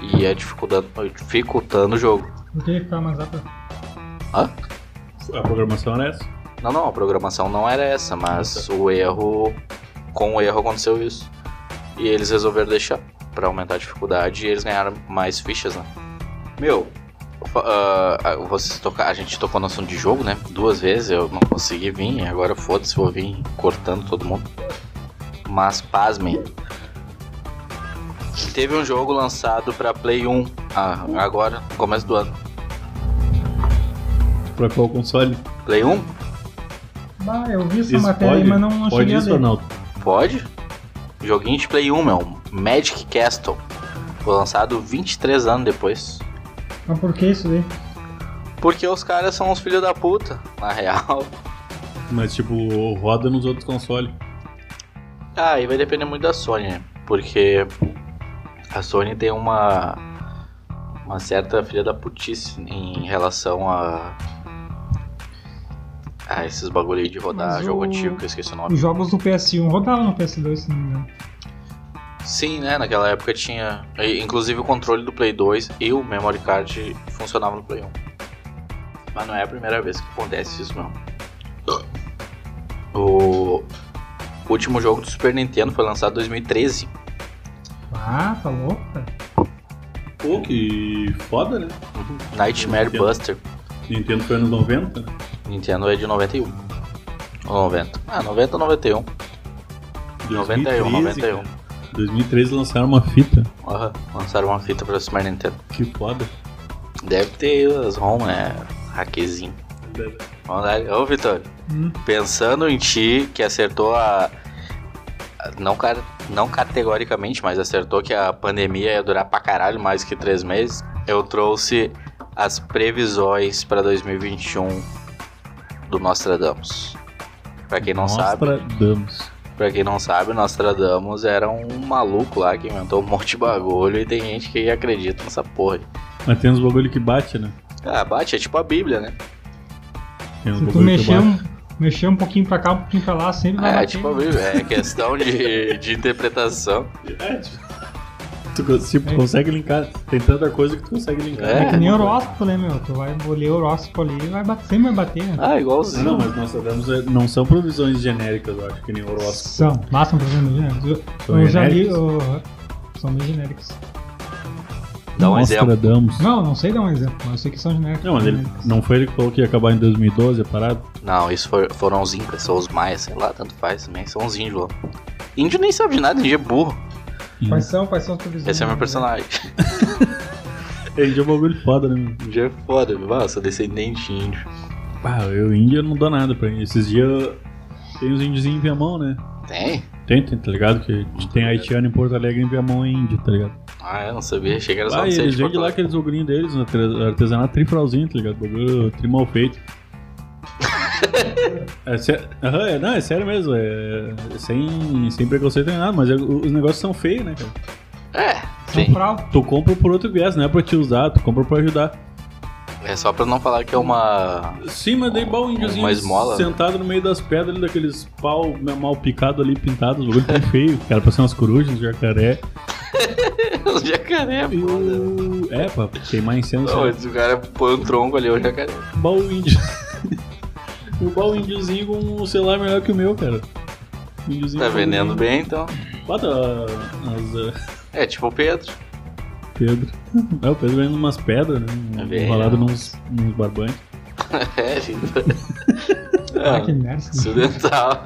E ia dificultando, dificultando o jogo.
Por que ficava mais rápido?
A programação era essa.
Não, não, a programação não era essa, mas o erro. Com o erro aconteceu isso. E eles resolveram deixar pra aumentar a dificuldade e eles ganharam mais fichas, né? Meu, fa- ah, ah, vocês toca- a gente tocou no assunto de jogo, né? Duas vezes eu não consegui vir, e agora foda-se, vou vir cortando todo mundo. Mas pasmem. Teve um jogo lançado pra Play 1 ah, agora, no começo do ano.
Pra qual console?
Play 1?
Bah, eu vi essa
Isso
matéria aí,
pode?
mas não, não
Pode
cheguei
isso,
a ler.
Ronaldo?
Pode. Joguinho de Play 1, meu. Magic Castle. Foi lançado 23 anos depois.
Mas por que isso daí?
Porque os caras são uns filhos da puta, na real.
Mas tipo, roda nos outros consoles.
Ah, e vai depender muito da Sony, né? Porque a Sony tem uma. Uma certa filha da putice em relação a. A esses bagulho aí de rodar
Mas
jogo
o-
antigo, que eu esqueci o nome.
Os jogos do PS1 rodavam no PS2, se não me engano.
Sim, né? Naquela época tinha. e, Inclusive o controle do Play 2 e o memory card funcionavam no Play 1. Mas não é a primeira vez que acontece isso, não. O último jogo do Super Nintendo foi lançado em 2013.
Ah, tá louco, cara.
Pô, que foda, né?
Nightmare
Nintendo.
Buster.
Nintendo foi anos 90, né?
Nintendo é de 91. Ou 90. Ah, 90 ou 91. 91, 91.
cara. 2013 lançaram uma fita.
Aham. Lançaram uma fita pra Super Nintendo.
Que foda.
Deve ter as ROM, né? Hackzinho. Vamos lá. Ô, Vitório.
Hum.
Pensando em ti, que acertou a. a- Não, ca- não categoricamente, mas acertou que a pandemia ia durar pra caralho mais que três meses. Eu trouxe as previsões pra 2021 do Nostradamus. Pra quem não sabe,
Nostradamus.
para quem não sabe, Nostradamus era um maluco lá que inventou um monte de bagulho e tem gente que acredita nessa porra. aí.
Mas tem uns bagulho que bate, né?
Ah, bate, é tipo a Bíblia, né?
Tem uns
Se tu
É bagulho que
mexer
bate.
um, mexer um pouquinho pra cá, um pouquinho pra lá, sempre vai
É,
bater.
tipo a Bíblia, é questão de, de interpretação.
É, tipo, Tu cons- tipo, tu consegue linkar. Tem tanta coisa que tu consegue linkar.
É.
né?
É que nem horóscopo, né, meu? Tu vai ler horóscopo ali e vai bater, sempre vai bater, né?
Ah, igualzinho.
Não, mas Nostradamus é- não são provisões genéricas, eu acho que nem horóscopo.
São, máximo por exemplo, genéricos. Eu,
São
eu já li.
genéricos?
eu- são meio genéricos.
Dá um exemplo.
Nostradamus.
Não, não sei dar um exemplo, mas eu sei que são genéricos.
Não, mas ele,
genéricos.
não foi ele que falou que ia acabar em 2012, é parado?
Não, isso for- foram os incas, são os maias, sei lá, tanto faz também, são os índios, louco. Índio nem sabe de nada, índio é burro.
Quais são, quais são as previsões?
Esse é meu personagem.
Ele deu um bagulho foda, né? meu?
Índio é foda, viu? Ah, eu sou descendente de índio.
Ah, eu índia não dou nada pra índia. Esses dias tem os índios em Viamão, né?
Tem?
Tem, tem, tá ligado? Que tem haitiano em Porto Alegre em Viamão e índio, tá ligado?
Ah, eu não sabia. Achei que era só
Ah,
de
e
ser
eles
de
vendem
Porto
lá
Alegre.
aqueles ogrinhos deles, né? Tre- artesanato trifralzinho, tá ligado? Bagulho tri mal feito. É, sé- Aham, é- não, é sério mesmo, é, é sem, sem preconceito nem nada, mas é- os negócios são feios, né, cara?
É,
São
sim.
frau.
Tu compra por outro viés, não é pra te usar, tu compra pra ajudar.
É só pra não falar que é uma.
Sim, mas daí bom índiozinho
Uma esmola, né?
sentado no meio das pedras ali, daqueles pau mal picado ali, pintados, bagulho tão feio, cara, pra ser umas corujas, jacaré.
um jacaré,
E
foda. né?
o... É, pra queimar incêndio.
Não,
sabe?
esse cara põe um tronco ali, o jacaré.
Bal índio. o bal índiozinho com um celular melhor que o meu, cara. Índiozinho
Tá
com-
vendendo bem então.
Bota as. eh,
É tipo o Pedro.
Pedro. É, o Pedro vendo umas pedras, né?
Tá
Um
vendo?
Enrolado nos, nos barbantes.
É, lindo.
Ah, que
É,
merda.
Ocidental.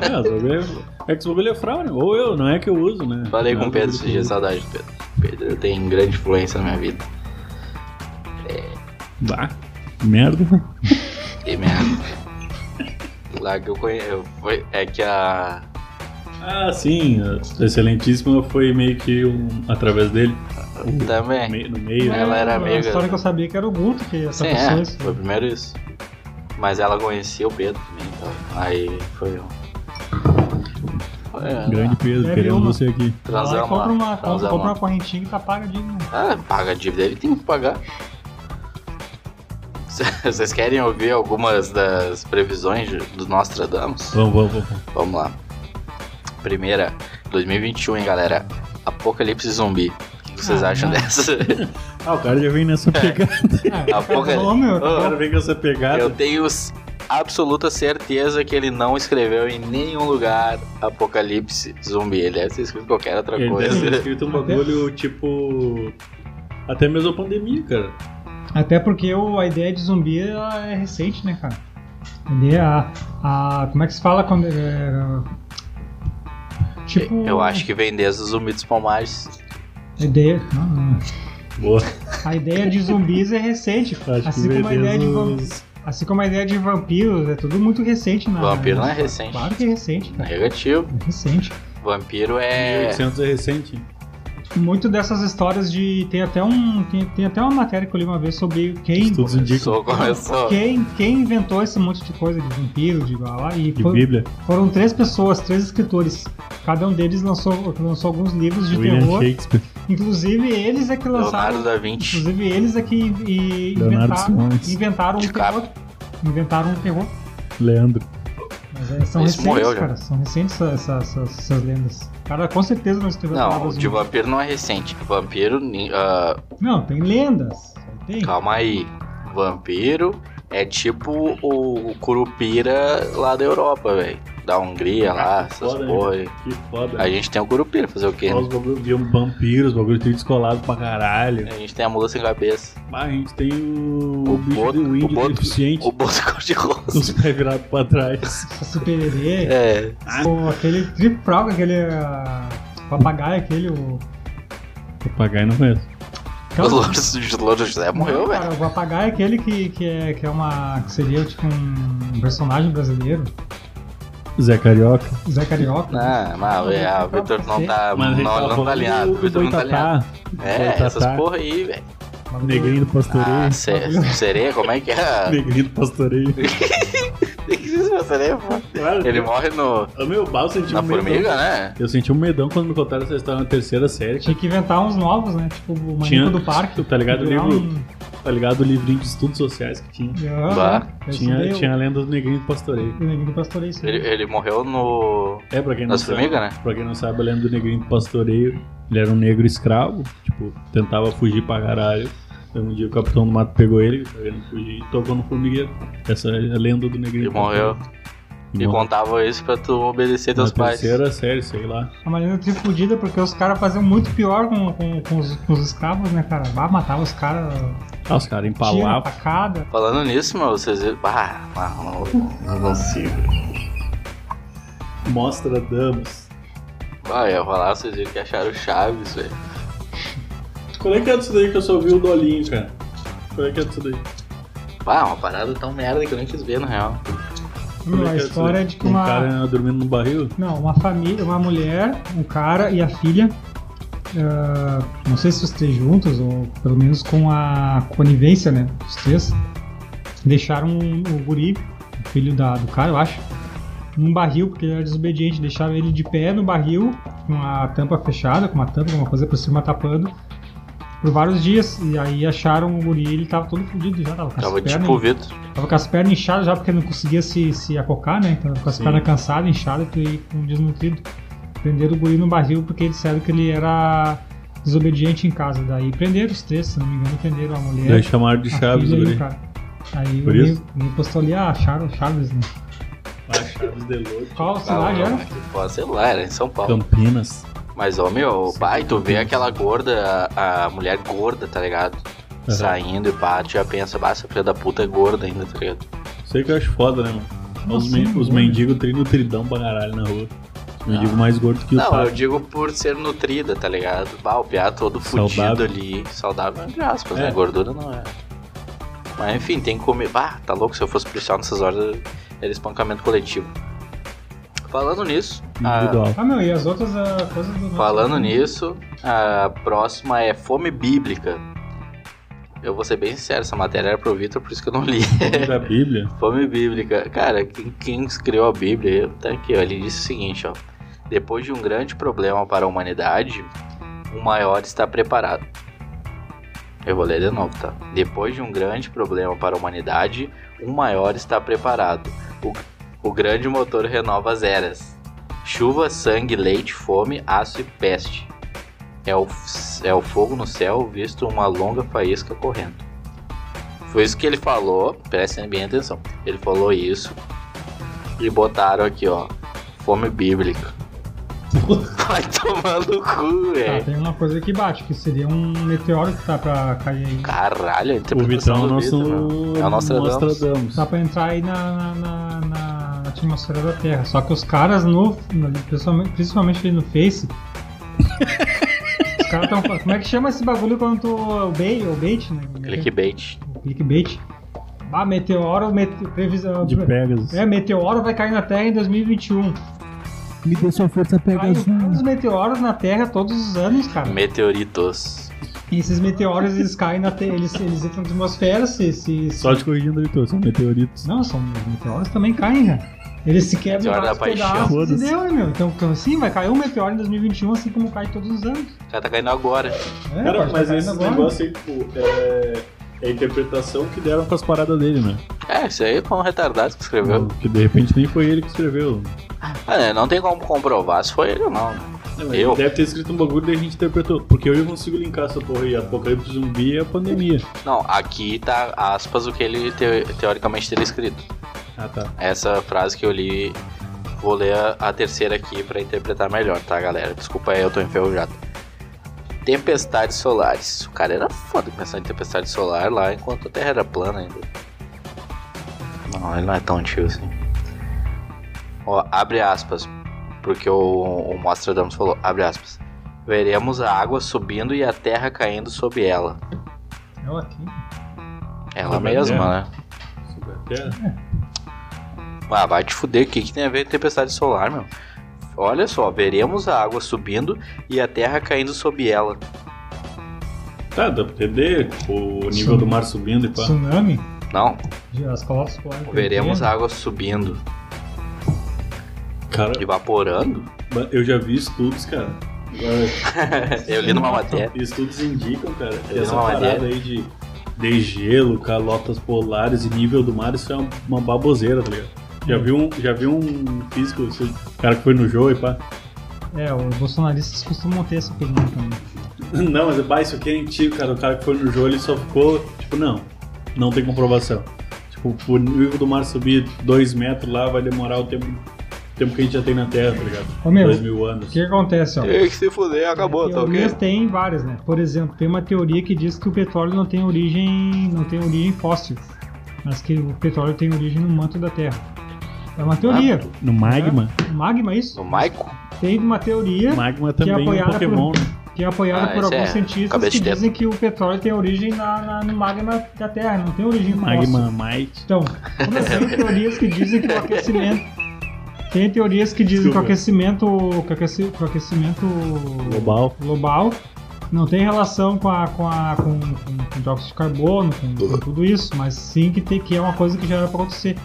É, as bagulho é- é que esse bagulho é fraude. Ou eu, não é que eu uso, né?
Falei com
Não é
o Pedro
bagulho
esses
que eu
dias,
uso.
saudade do Pedro. Pedro tem grande influência na minha vida.
Bah, que merda.
E merda. Lá que eu conheço. É que a.
Ah, sim. a Excelentíssima foi meio que um, através dele.
Também.
meio- no meio, né?
Ela era
É,
amiga.
A história que eu sabia que era o Guto, que essa
tá
Sim,
pessoa.
é, foi primeiro isso. Mas ela conhecia o Pedro também, então. Aí foi um. Foi um-
Grande Pedro,
Deve
queremos
uma.
você aqui.
Vai lá e
Transamos
compra
lá,
uma, compra,
transamos
compra
lá.
uma correntinha que tá paga de.
Ah, paga a dívida, ele tem que pagar. C- Vocês querem ouvir algumas das previsões de- do Nostradamus?
Vamos, vamos, vamos.
Vamos lá. Primeira, 2021, hein, galera? Apocalipse zumbi. O que vocês
Ah,
acham
não.
dessa?
Ah, o cara já vem
É.
nessa pegada.
Ah,
pouco é-
falou, meu.
O cara vem com essa pegada.
Eu tenho s- absoluta certeza que ele não escreveu em nenhum lugar Apocalipse zumbi. Ele deve ter escrito qualquer outra
Ele deve ter
coisa.
escrito um bagulho tipo. Até mesmo a pandemia, cara.
Até porque o- a ideia de zumbi ela é recente, né, cara? A ideia. A, a- como é que se fala quando. é, tipo.
Eu acho que vem desde os zumbi dos palmares.
A ideia. não, não.
Boa.
A ideia de zumbis é recente.
Acho
assim,
que
como a ideia de, vam-
os...
assim como a ideia de vampiros, é tudo muito recente, né?
Vampiro não é recente.
Claro que é recente, cara.
Negativo.
É recente.
Vampiro é.
1800 é recente.
Muito dessas histórias de. Tem até um. Tem, tem até uma matéria que eu li uma vez sobre quem.
Estudos indicam.
Começou, começou.
Quem, quem inventou esse monte de coisa de vampiro, de blá blá, e
De
foi-
Bíblia.
foram três pessoas, três escritores. Cada um deles lançou, lançou alguns livros de
William
terror.
Shakespeare.
Inclusive eles é que lançaram.
Leonardo da Vinci.
Inclusive eles é que e-
Leonardo
inventaram,
Simões.
inventaram um
DiCaprio.
terror. Inventaram um terror.
Leandro.
Mas é, são
Esse
recentes,
morreu já.
cara. São recentes essa- essa- essa- essas lendas. O cara com certeza não escreveu assim.
Não,
palavras
o de
únicas.
vampiro não é recente. Vampiro. ni- ah,
Não, tem lendas. Tem.
calma aí. Vampiro é tipo o Curupira lá da Europa, velho. Da Hungria lá,
Ah, que
essas
foda,
porra aí.
Que foda.
A gente tem o Curupira, fazer o quê?
Olha
né?
os bagulho viam vampiros, bagulho tem descolado pra caralho.
A gente tem a mula sem cabeça.
Ah, a gente tem o,
O
bicho
Boto-
do
o
índio
Boto-
deficiente.
O boto cor-de-rosa.
Os pés virados pra trás.
Supererê.
É.
Pô, Ah, aquele trifralga, aquele ah, papagaio, aquele. O...
Papagaio não conheço.
O Louro- o Louro José morreu, velho.
Cara, o papagaio é aquele que, que, é, que é uma. que seria tipo um personagem brasileiro,
Zé Carioca.
Zé Carioca.
Não, mas é, ah, o Vitor não tá.
Mas a gente
Não,
tava
não tá
falando
alinhado. O
do
Vitor não tá alinhado.
Boitatá.
É,
Boitatá,
essas porra aí, velho.
Maluco.
Negrinho do
Ah,
pastoreio.
se- sereia, como é que é?
Negrinho do pastoreio.
Tem que ser uma sereia, pô.
Claro.
Ele morre no,
Eu, meu, bah, eu senti
na
um medão.
formiga, né?
Eu senti um medão quando me contaram essa história na terceira série.
Tinha que inventar uns novos, né? Tipo o Manico
Tinha-
do Parque.
Tá ligado o
Virar
livro?
um-
Tá ligado o livrinho de estudos sociais que tinha?
Ah,
Bah.
eu
Tinha,
estudei
tinha a lenda do negrinho do pastoreio.
O o Negrinho do é Pastoreio. sim.
Ele, ele morreu no.
É, pra quem não
Nas
sabe.
formigas, né?
Pra quem não sabe, a lenda do negrinho do pastoreio. Ele era um negro escravo, tipo, tentava fugir pra caralho. Aí um dia o capitão do mato pegou ele, querendo fugir, e tocou no formigueiro. Essa é a lenda do negrinho
Ele
do
morreu.
pastoreio.
E contava isso pra tu obedecer
na
teus pais.
terceira série, sei lá.
A maneira de fudida, porque os caras faziam muito pior com, com, com os, com os escravos, né, cara? Bah, matava os caras,
Ah, os caras
tira,
empalavam.
facada.
Falando nisso, meu, vocês viram. Ah, não, não, não consigo.
Mostra Damos.
Ah, eu ia falar, vocês viram que acharam o Chaves, velho.
Qual é que é disso daí que eu só vi o Dolinho, cara? Qual é que é disso daí?
Ah, uma parada tão merda que eu nem quis ver, na real.
Como
Meu,
é
a
que é
história é
isso
de que
daí? Um
uma.
cara dormindo no barril?
Não, uma família, uma mulher, um cara e a filha ah, não sei se os três juntos, ou pelo menos com a conivência, né? Os três deixaram um, o guri, o filho da, do cara, eu acho, num barril, porque ele era desobediente. Deixaram ele de pé no barril, com a tampa fechada, com uma tampa, alguma coisa por cima tapando, por vários dias. E aí acharam o guri, ele tava todo fodido já, tava com as
Tava
pernas.
tipo o Vitor.
Tava com as pernas inchadas já porque não conseguia se, se acocar, né? Tava com as
Sim.
pernas cansadas, inchadas e com um desnutrido. Prenderam o guri no barril porque disseram que ele era desobediente em casa. Daí prenderam os três, se não me engano, prenderam a mulher.
Daí chamaram de
a
Chaves,
filha e o
guri.
É. cara. Aí
Por
o
isso?
Nil- Nil postou ali, ah, Chaves, Chaves, né?
Ah, Chaves de Lourdes.
Qual cidade
Ah,
era?
Pô, sei lá, era em São Paulo.
Então. Campinas.
Mas, ó, meu, pai, tu vê aquela gorda, a, a mulher gorda, tá ligado?
Aham.
Saindo e pá, tu já pensa, bah, essa filha da puta é gorda ainda, tá ligado?
Sei que eu acho foda, né, mano? Os,
Nossa,
men-
sim, né?
os
mano.
mendigos treinam tridão pra caralho na rua. Mendigo mais gordo que o
Ah. Não, eu
pai.
digo por ser nutrida, tá ligado? Bah, o piá todo fudido
Saudável.
ali. Saudável, entre aspas,
É.
né? Gordura não é. Mas enfim, tem que comer. Bah, tá louco, se eu fosse policial nessas horas, era espancamento coletivo. Falando nisso, a-
Individual.
Ah, meu, e as outras ah, coisas do nosso-
Falando nisso, a próxima é fome bíblica. Eu vou ser bem sincero, essa matéria era pro Vitor, por isso que eu não li.
Homem da Bíblia.
Fome bíblica. Cara, quem, quem escreveu a Bíblia, tá aqui, ó, ele disse o seguinte, ó. Depois de um grande problema para a humanidade, o maior está preparado. Eu vou ler de novo, tá? Depois de um grande problema para a humanidade, o maior está preparado. O, o grande motor renova as eras. Chuva, sangue, leite, fome, aço e peste. É o, f- é o fogo no céu visto uma longa faísca correndo. Foi isso que ele falou, prestem bem atenção. Ele falou isso e botaram aqui, ó. Fome bíblica. Vai tomar no cu,
Ah,
velho.
tem uma coisa que bate, que seria um meteoro que tá pra cair aí.
Caralho, a
O Vitão
interpretação
é o
do
nosso.
Vitor, mano. É o Nostradamus.
Dá pra entrar aí na, na, na- na atmosfera da Terra. Só que os caras no. no- principalmente, principalmente ali no Face. os caras tão. Como é que chama esse bagulho quando tu. O bait, o bait né?
Clickbait.
O clickbait. Ah, meteoro, mete, previsão.
De Pegasus.
É, meteoro vai cair na Terra em 2021.
Me dê sua força,
Caem
Pegasus.
todos os meteoros na Terra todos os anos, cara.
Meteoritos.
E esses meteoros eles caem na Terra, eles, eles entram na atmosfera, se, se, se-
Só te corrigindo, Vitor, são meteoritos.
Não, são os meteoros também caem, cara. Eles se quebram
Meteoro
em vários
da paixão.
pedaços e
Foda-se.
deu, né, meu? Então, então, assim, vai cair um meteoro em 2021, assim como cai todos os anos.
O cara tá caindo agora.
É,
Cara,
pode
mas
tá
esse
caindo agora.
negócio aí, tipo, é. É a interpretação que deram pras paradas dele, né?
É, isso aí foi um retardado que escreveu.
Que de repente nem foi ele que escreveu.
Ah, né, não tem como comprovar se foi ele ou não. né? Eu?
Deve ter escrito um bagulho e a gente interpretou. Porque eu não consigo linkar essa porra aí. Apocalipse zumbi é a pandemia.
Não, aqui tá aspas o que ele te- teoricamente teria escrito.
Ah, tá.
Essa frase que eu li, vou ler a, a terceira aqui pra interpretar melhor, tá, galera? Desculpa aí, eu tô enferrujado. Tempestades solares. O cara era foda pensar em tempestade solar lá enquanto a Terra era plana ainda. Não, ele não é tão tio assim. Ó, abre aspas. Porque o, o Nostradamus falou, abre aspas. Veremos a água subindo e a terra caindo sob ela.
Eu É aqui.
Ela
Sobre a
mesma,
terra.
né?
Sobre a terra.
Ah, vai te fuder, o que, que tem a ver com tempestade solar, meu? Olha só, veremos a água subindo e a terra caindo sob ela.
Tá, dá pra entender. O nível
Sim.
do mar subindo e pá.
Tsunami,
Não,
as costas podem.
veremos a água subindo,
Cara,
evaporando.
eu já vi estudos, cara. Agora,
Eu li numa matéria.
Estudos indicam, cara, que
Eu
essa
não, mas
parada aí de, de gelo, calotas polares e nível do mar, isso é uma, uma baboseira, tá ligado? Já vi um, já vi um físico, esse cara que foi no jogo e pá.
É, os bolsonaristas costumam ter essa né? opinião também.
Não, mas pá, isso aqui é antigo, cara. O cara que foi no jogo, ele só ficou, tipo, não, não tem comprovação. Tipo, o nível do mar subir 2 metros lá vai demorar o tempo, o tempo que a gente já tem na Terra, tá ligado?
Ô, meu,
2
o
mil anos.
que acontece, ó?
Tem que se fuder, acabou, tá
Teorias
ok?
tem várias, né? Por exemplo, tem uma teoria que diz que o petróleo não tem origem, não tem origem fóssil, mas que o petróleo tem origem no manto da Terra. É uma teoria.
Ah.
No magma?
Magma, é isso?
No Maico?
Tem uma teoria
Magma também é um
apoiaram
Pokémon, né?
que é apoiada
Ah,
por
esse
alguns
é
cientistas
cabeça
que
de teto.
dizem que o petróleo tem origem na, na- no magma da Terra, não tem origem fóssil. é
Magma Might.
Então, como assim, teorias que dizem que o aquecimento Tem teorias que dizem que o
Desculpa.
aquecimento, que o aqueci- que o aquecimento
Global.
global não tem relação com, a, com, a, com, com, com dióxido de carbono, com, com tudo isso, mas sim que, tem, que é uma coisa que já era para acontecer.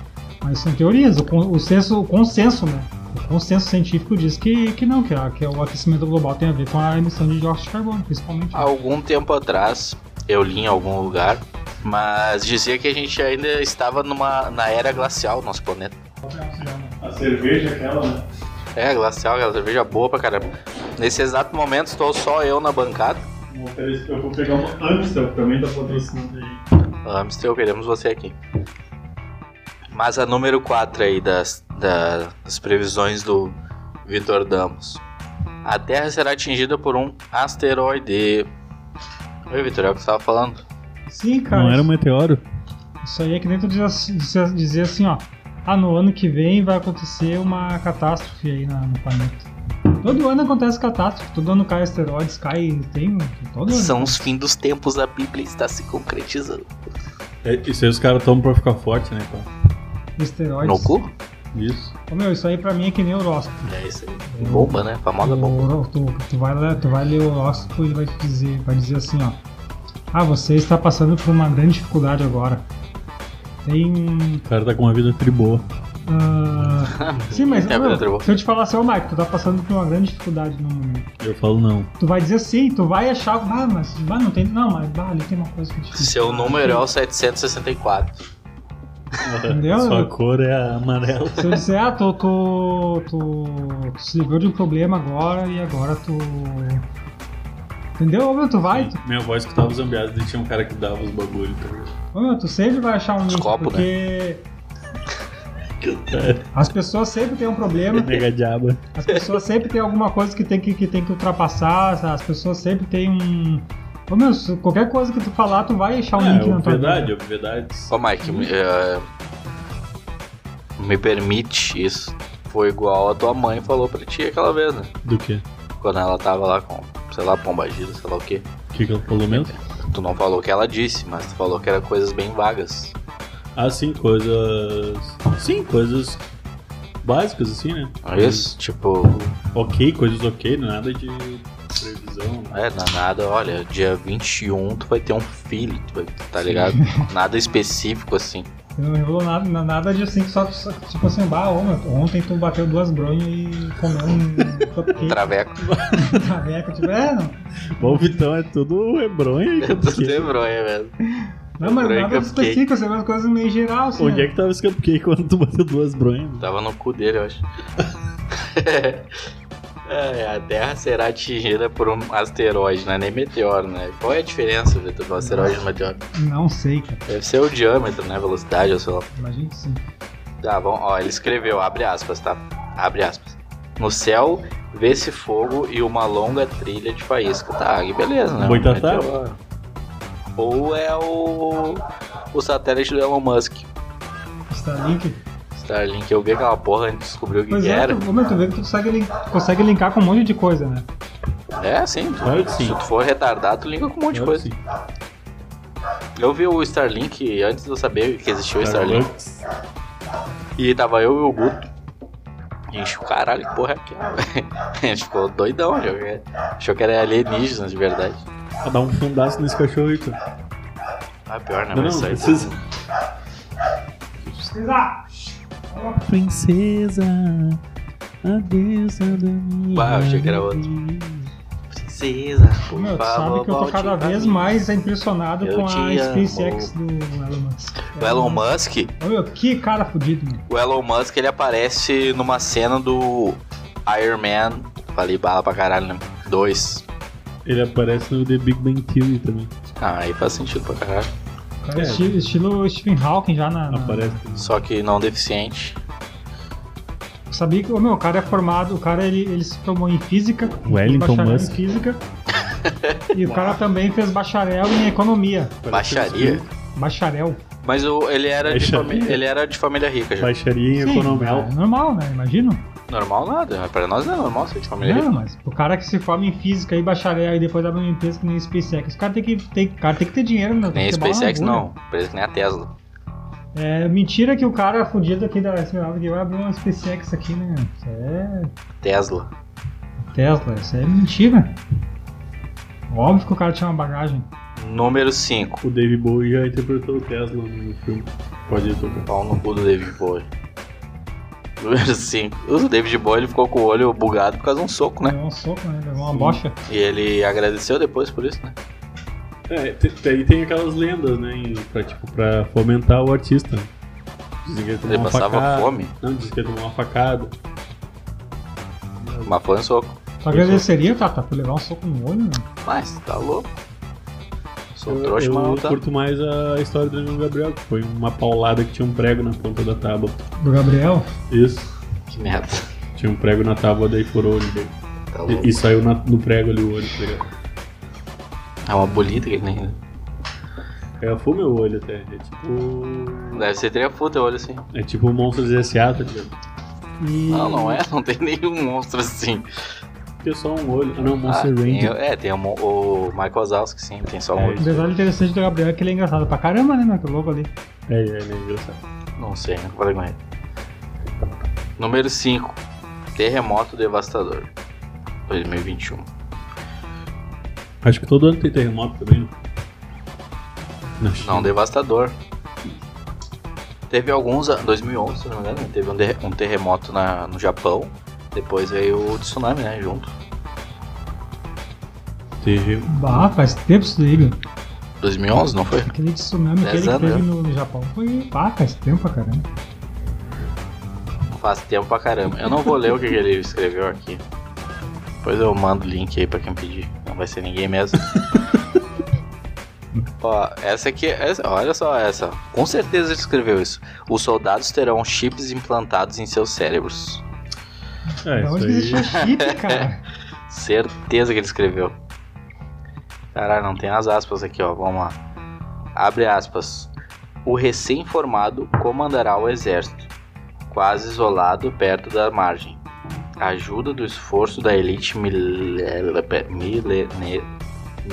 Mas são teorias, o, con- o, senso, o consenso, né? O consenso científico diz que, que não, que, a, que o aquecimento global tem a ver com a emissão de dióxido de carbono, principalmente.
Há algum tempo atrás, eu li em algum lugar, mas dizia que a gente ainda estava numa, na era glacial, nosso planeta.
né?
A cerveja aquela, né?
É, glacial, aquela cerveja boa pra caramba. Nesse exato momento, estou só eu na bancada.
Eu vou pegar uma Amstel, que também tá patrocinando aí.
Amstel, queremos você aqui. Mas a número 4 aí das, da- das previsões do Vitor Damos. A Terra será atingida por um asteroide. Oi, Vitor, é o que você estava falando?
Sim, cara.
Não era um meteoro?
Isso aí é que nem tu dizer, assim- dizer- dizer assim, ó. Ah, no ano que vem vai acontecer uma catástrofe aí na- no planeta. Todo ano acontece catástrofe, todo ano cai asteroides, cai. Tem. Todo ano.
São os fins dos tempos, a Bíblia está se concretizando.
É, isso aí os caras tomam pra ficar forte, né? Então.
Asteroides.
No cu?
Isso.
Ô, meu, isso aí pra mim é que nem horóscopo.
É isso aí. Bomba, né? Famosa
O
bomba.
horó- Tu, tu vai, lá- tu vai ler o horóscopo e ele vai te dizer, vai dizer assim, ó. Ah, você está passando por uma grande dificuldade agora. Tem
O cara tá com uma vida triboa.
Ah, sim, mas
É,
não,
Pedro, eu vou.
se eu te falar assim, ô Mike, tu tá passando por uma grande dificuldade no momento.
Eu falo não.
Tu vai dizer sim, tu vai achar, ah, mas bah, não tem. Não, mas bah, ali tem uma coisa que é difícil.
Seu número é o 764.
Entendeu?
Sua cor é a amarela.
Se eu disser, ah, tu, tu, tu, tu se livrou de um problema agora e agora tu. Entendeu? Ô meu, tu vai, tu,
Minha voz escutava os ambiados e tinha um cara que dava os bagulho. Tá ligado?
ô, meu, tu sempre vai achar um link,
Escopo, né?
porque. As pessoas sempre têm um problema.
Nega diaba.
As pessoas sempre têm alguma coisa que tem que, que tem que ultrapassar, as pessoas sempre têm um. Ô meu, se qualquer coisa que tu falar, tu vai achar um
É,
link na tua
obviedade,
vida.
obviedades.
Ô, Mike, me, eh, me permite isso. Foi igual a tua mãe falou pra ti aquela vez, né?
Do quê?
Quando ela tava lá com, sei lá, pombagira, sei lá o quê.
O que, que ela falou mesmo?
Tu não falou o que ela disse, mas tu falou que era coisas bem vagas.
Ah, sim, coisas. Sim, coisas básicas, assim, né?
Não é isso? Tipo,
Ok, coisas ok, é nada de previsão. né?
é, não é nada, olha, dia 21 tu vai ter um filho, tu vai, tá ligado? Nada específico assim.
Você não revelou nada, na- nada de assim que só, só- tipo assim, bah, ô, meu, ontem tu bateu duas bronhas e comeu um
Um
cupcake
traveco.
na traveca, tipo, é, não.
Bom, Vitão é tudo rebronha. hein,
Tu
cupcake.
lembrou, hein, velho?
Não, mas
Bronha e
nada de
cupcake.
específico, assim, umas coisas meio geral, assim.
Onde
né?
é que tava esse cupcake quando tu bateu duas bronhas?
Tava no cu dele, eu acho. É, a Terra será atingida por um asteroide, não é nem meteoro, né? Qual é a diferença, Vitor, do asteroide e do meteoro?
Não sei, cara.
Deve ser o diâmetro, né? Velocidade, ou sei lá.
Imagina que sim.
Tá, bom, ó, ele escreveu, abre aspas, tá? Abre aspas. No céu, vê-se fogo e uma longa trilha de faísca. Tá, que beleza, né?
Boitatá?
Meteoro. Ou é o, o satélite do Elon Musk.
Starlink.
Starlink, eu vi aquela porra, a gente descobriu o que
Pois
que
é,
era.
tu, ô, meu, tu vê que tu consegue, lin- consegue linkar com um monte de coisa, né?
É, sim.
Claro que sim.
Se tu for retardado, tu liga com um monte de coisa.
Sim.
Eu vi o Starlink antes de eu saber que existia o Starlink.
Starbucks.
E tava eu e o Guto. A gente, caralho, que porra é aquela? A gente ficou doidão, achou que, achou que era alienígena de verdade.
Ah, Dá um fundaço nesse cachorro aí, tu.
Ah, pior, né?
Não, não,
Mas isso aí.
precisa.
Princesa, a deusa da minha.
Bah, eu um achei que era outro. Princesa,
Ô,
por
Meu, tu
favor,
sabe que eu tô
volte
cada
pra
vez
mim.
mais impressionado
Eu
com
te
a
amo.
SpaceX do Elon Musk.
O Elon Musk,
Ô, meu, que cara fudido, mano.
o Elon Musk, ele aparece numa cena do Iron Man. Falei bala pra caralho, né? 2.
Ele aparece no The Big Bang Theory também.
Ah, aí faz sentido pra caralho.
O Cara,
É.
é. estilo, estilo Stephen Hawking já na. na...
Aparece.
Só que não deficiente.
Sabia que ô, meu, o cara é formado, o cara ele, ele se formou em física,
Wellington
fez bacharel
Musk.
em física. e o cara também fez bacharel em economia.
Baixaria.
assim,
Bacharel.
Mas o, ele, era de
Deixa
fami-
eu ver.
ele era de família rica já.
Baixaria em
Sim,
economia.
é normal, né? Imagino.
Normal nada. Pra nós não é normal ser de família rica.
Não, mas o cara que se forma em física e bacharel e depois abre uma empresa que nem SpaceX, o cara tem que, tem, o cara tem que ter dinheiro, né? Tem
Nem
é
que ter bala na
SpaceX
agulha.
não. Empresa que nem a Tesla.
É mentira que o cara fundido aqui da Esmeralda que vai abrir uma SpaceX aqui, né? Isso é
Tesla.
Tesla, isso é mentira. Óbvio que o cara tinha uma bagagem.
Número 5.
O David Bowie já interpretou o Tesla no filme. Pode ir tocar.
Pau no cu do David Bowie. Número 5. O David Bowie ele ficou com o olho bugado por causa de um soco, né?
Levou um soco, né? Levou uma
Sim.
bocha.
E ele agradeceu depois por isso, né?
É, te- te- aí tem aquelas lendas, né? em- Pra, tipo, pra fomentar o artista. né? Dizem que ele tomou
Ele
uma
passava
facada.
fome,
Não, dizem que ele tomou uma facada.
mas foi um soco.
Tu agradeceria, Tata, por levar um soco no olho, né?
Mas, tá louco. Sou
Eu,
trouxa, mas não
eu
tá.
curto mais a história do Daniel Gabriel, que foi uma paulada que tinha um prego na ponta da tábua.
Do Gabriel.
Isso.
Que merda.
Tinha um prego na tábua, daí furou o olho dele.
Tá
E-
louco.
E, saiu na- no prego ali o olho, tá ligado?
É uma bolita que ele nem.
É, foi meu olho até. É tipo.
Deve ser tria eu olho assim.
É tipo o Monstros S.A., tá ligado?
E...
Não, não é, não tem nenhum monstro assim.
Porque é só um olho. Ah, não,
Ah,
Monster
tem,
Ranger.
é, tem o, Mo- o Michael Zalski, sim, tem só um
É,
Um
olho.
detalhe interessante do Gabriel é que ele é engraçado pra caramba, né, meu? Que louco ali.
É, é, né? Engraçado.
Não sei, não falei com ele. Número 5. Terremoto devastador. 2021.
Acho que todo ano tem terremoto também, né? Na
Não,
China.
devastador. Teve alguns, ah, a- 2011, se não me engano, teve um, derre- um terremoto na, no Japão. Depois veio o tsunami, né, junto.
Terre-
Bah, faz tempo isso daí, meu.
2011, não foi?
Aquele tsunami
Dez
aquele que
anos,
teve no, no Japão foi. Bah, faz tempo pra caramba.
Faz tempo pra caramba. Eu não vou ler o que que ele escreveu aqui. Depois eu mando o link aí pra quem pedir. Não vai ser ninguém mesmo. Ó, essa aqui, essa, olha só essa. Com certeza ele escreveu isso. Os soldados terão chips implantados em seus cérebros.
É,
Da onde que
isso
existe
aí.
chip, cara?
Certeza que ele escreveu. Caralho, não tem as aspas aqui, ó. Vamos lá. Abre aspas. O recém-formado comandará o exército, quase isolado perto da margem. Ajuda do esforço da elite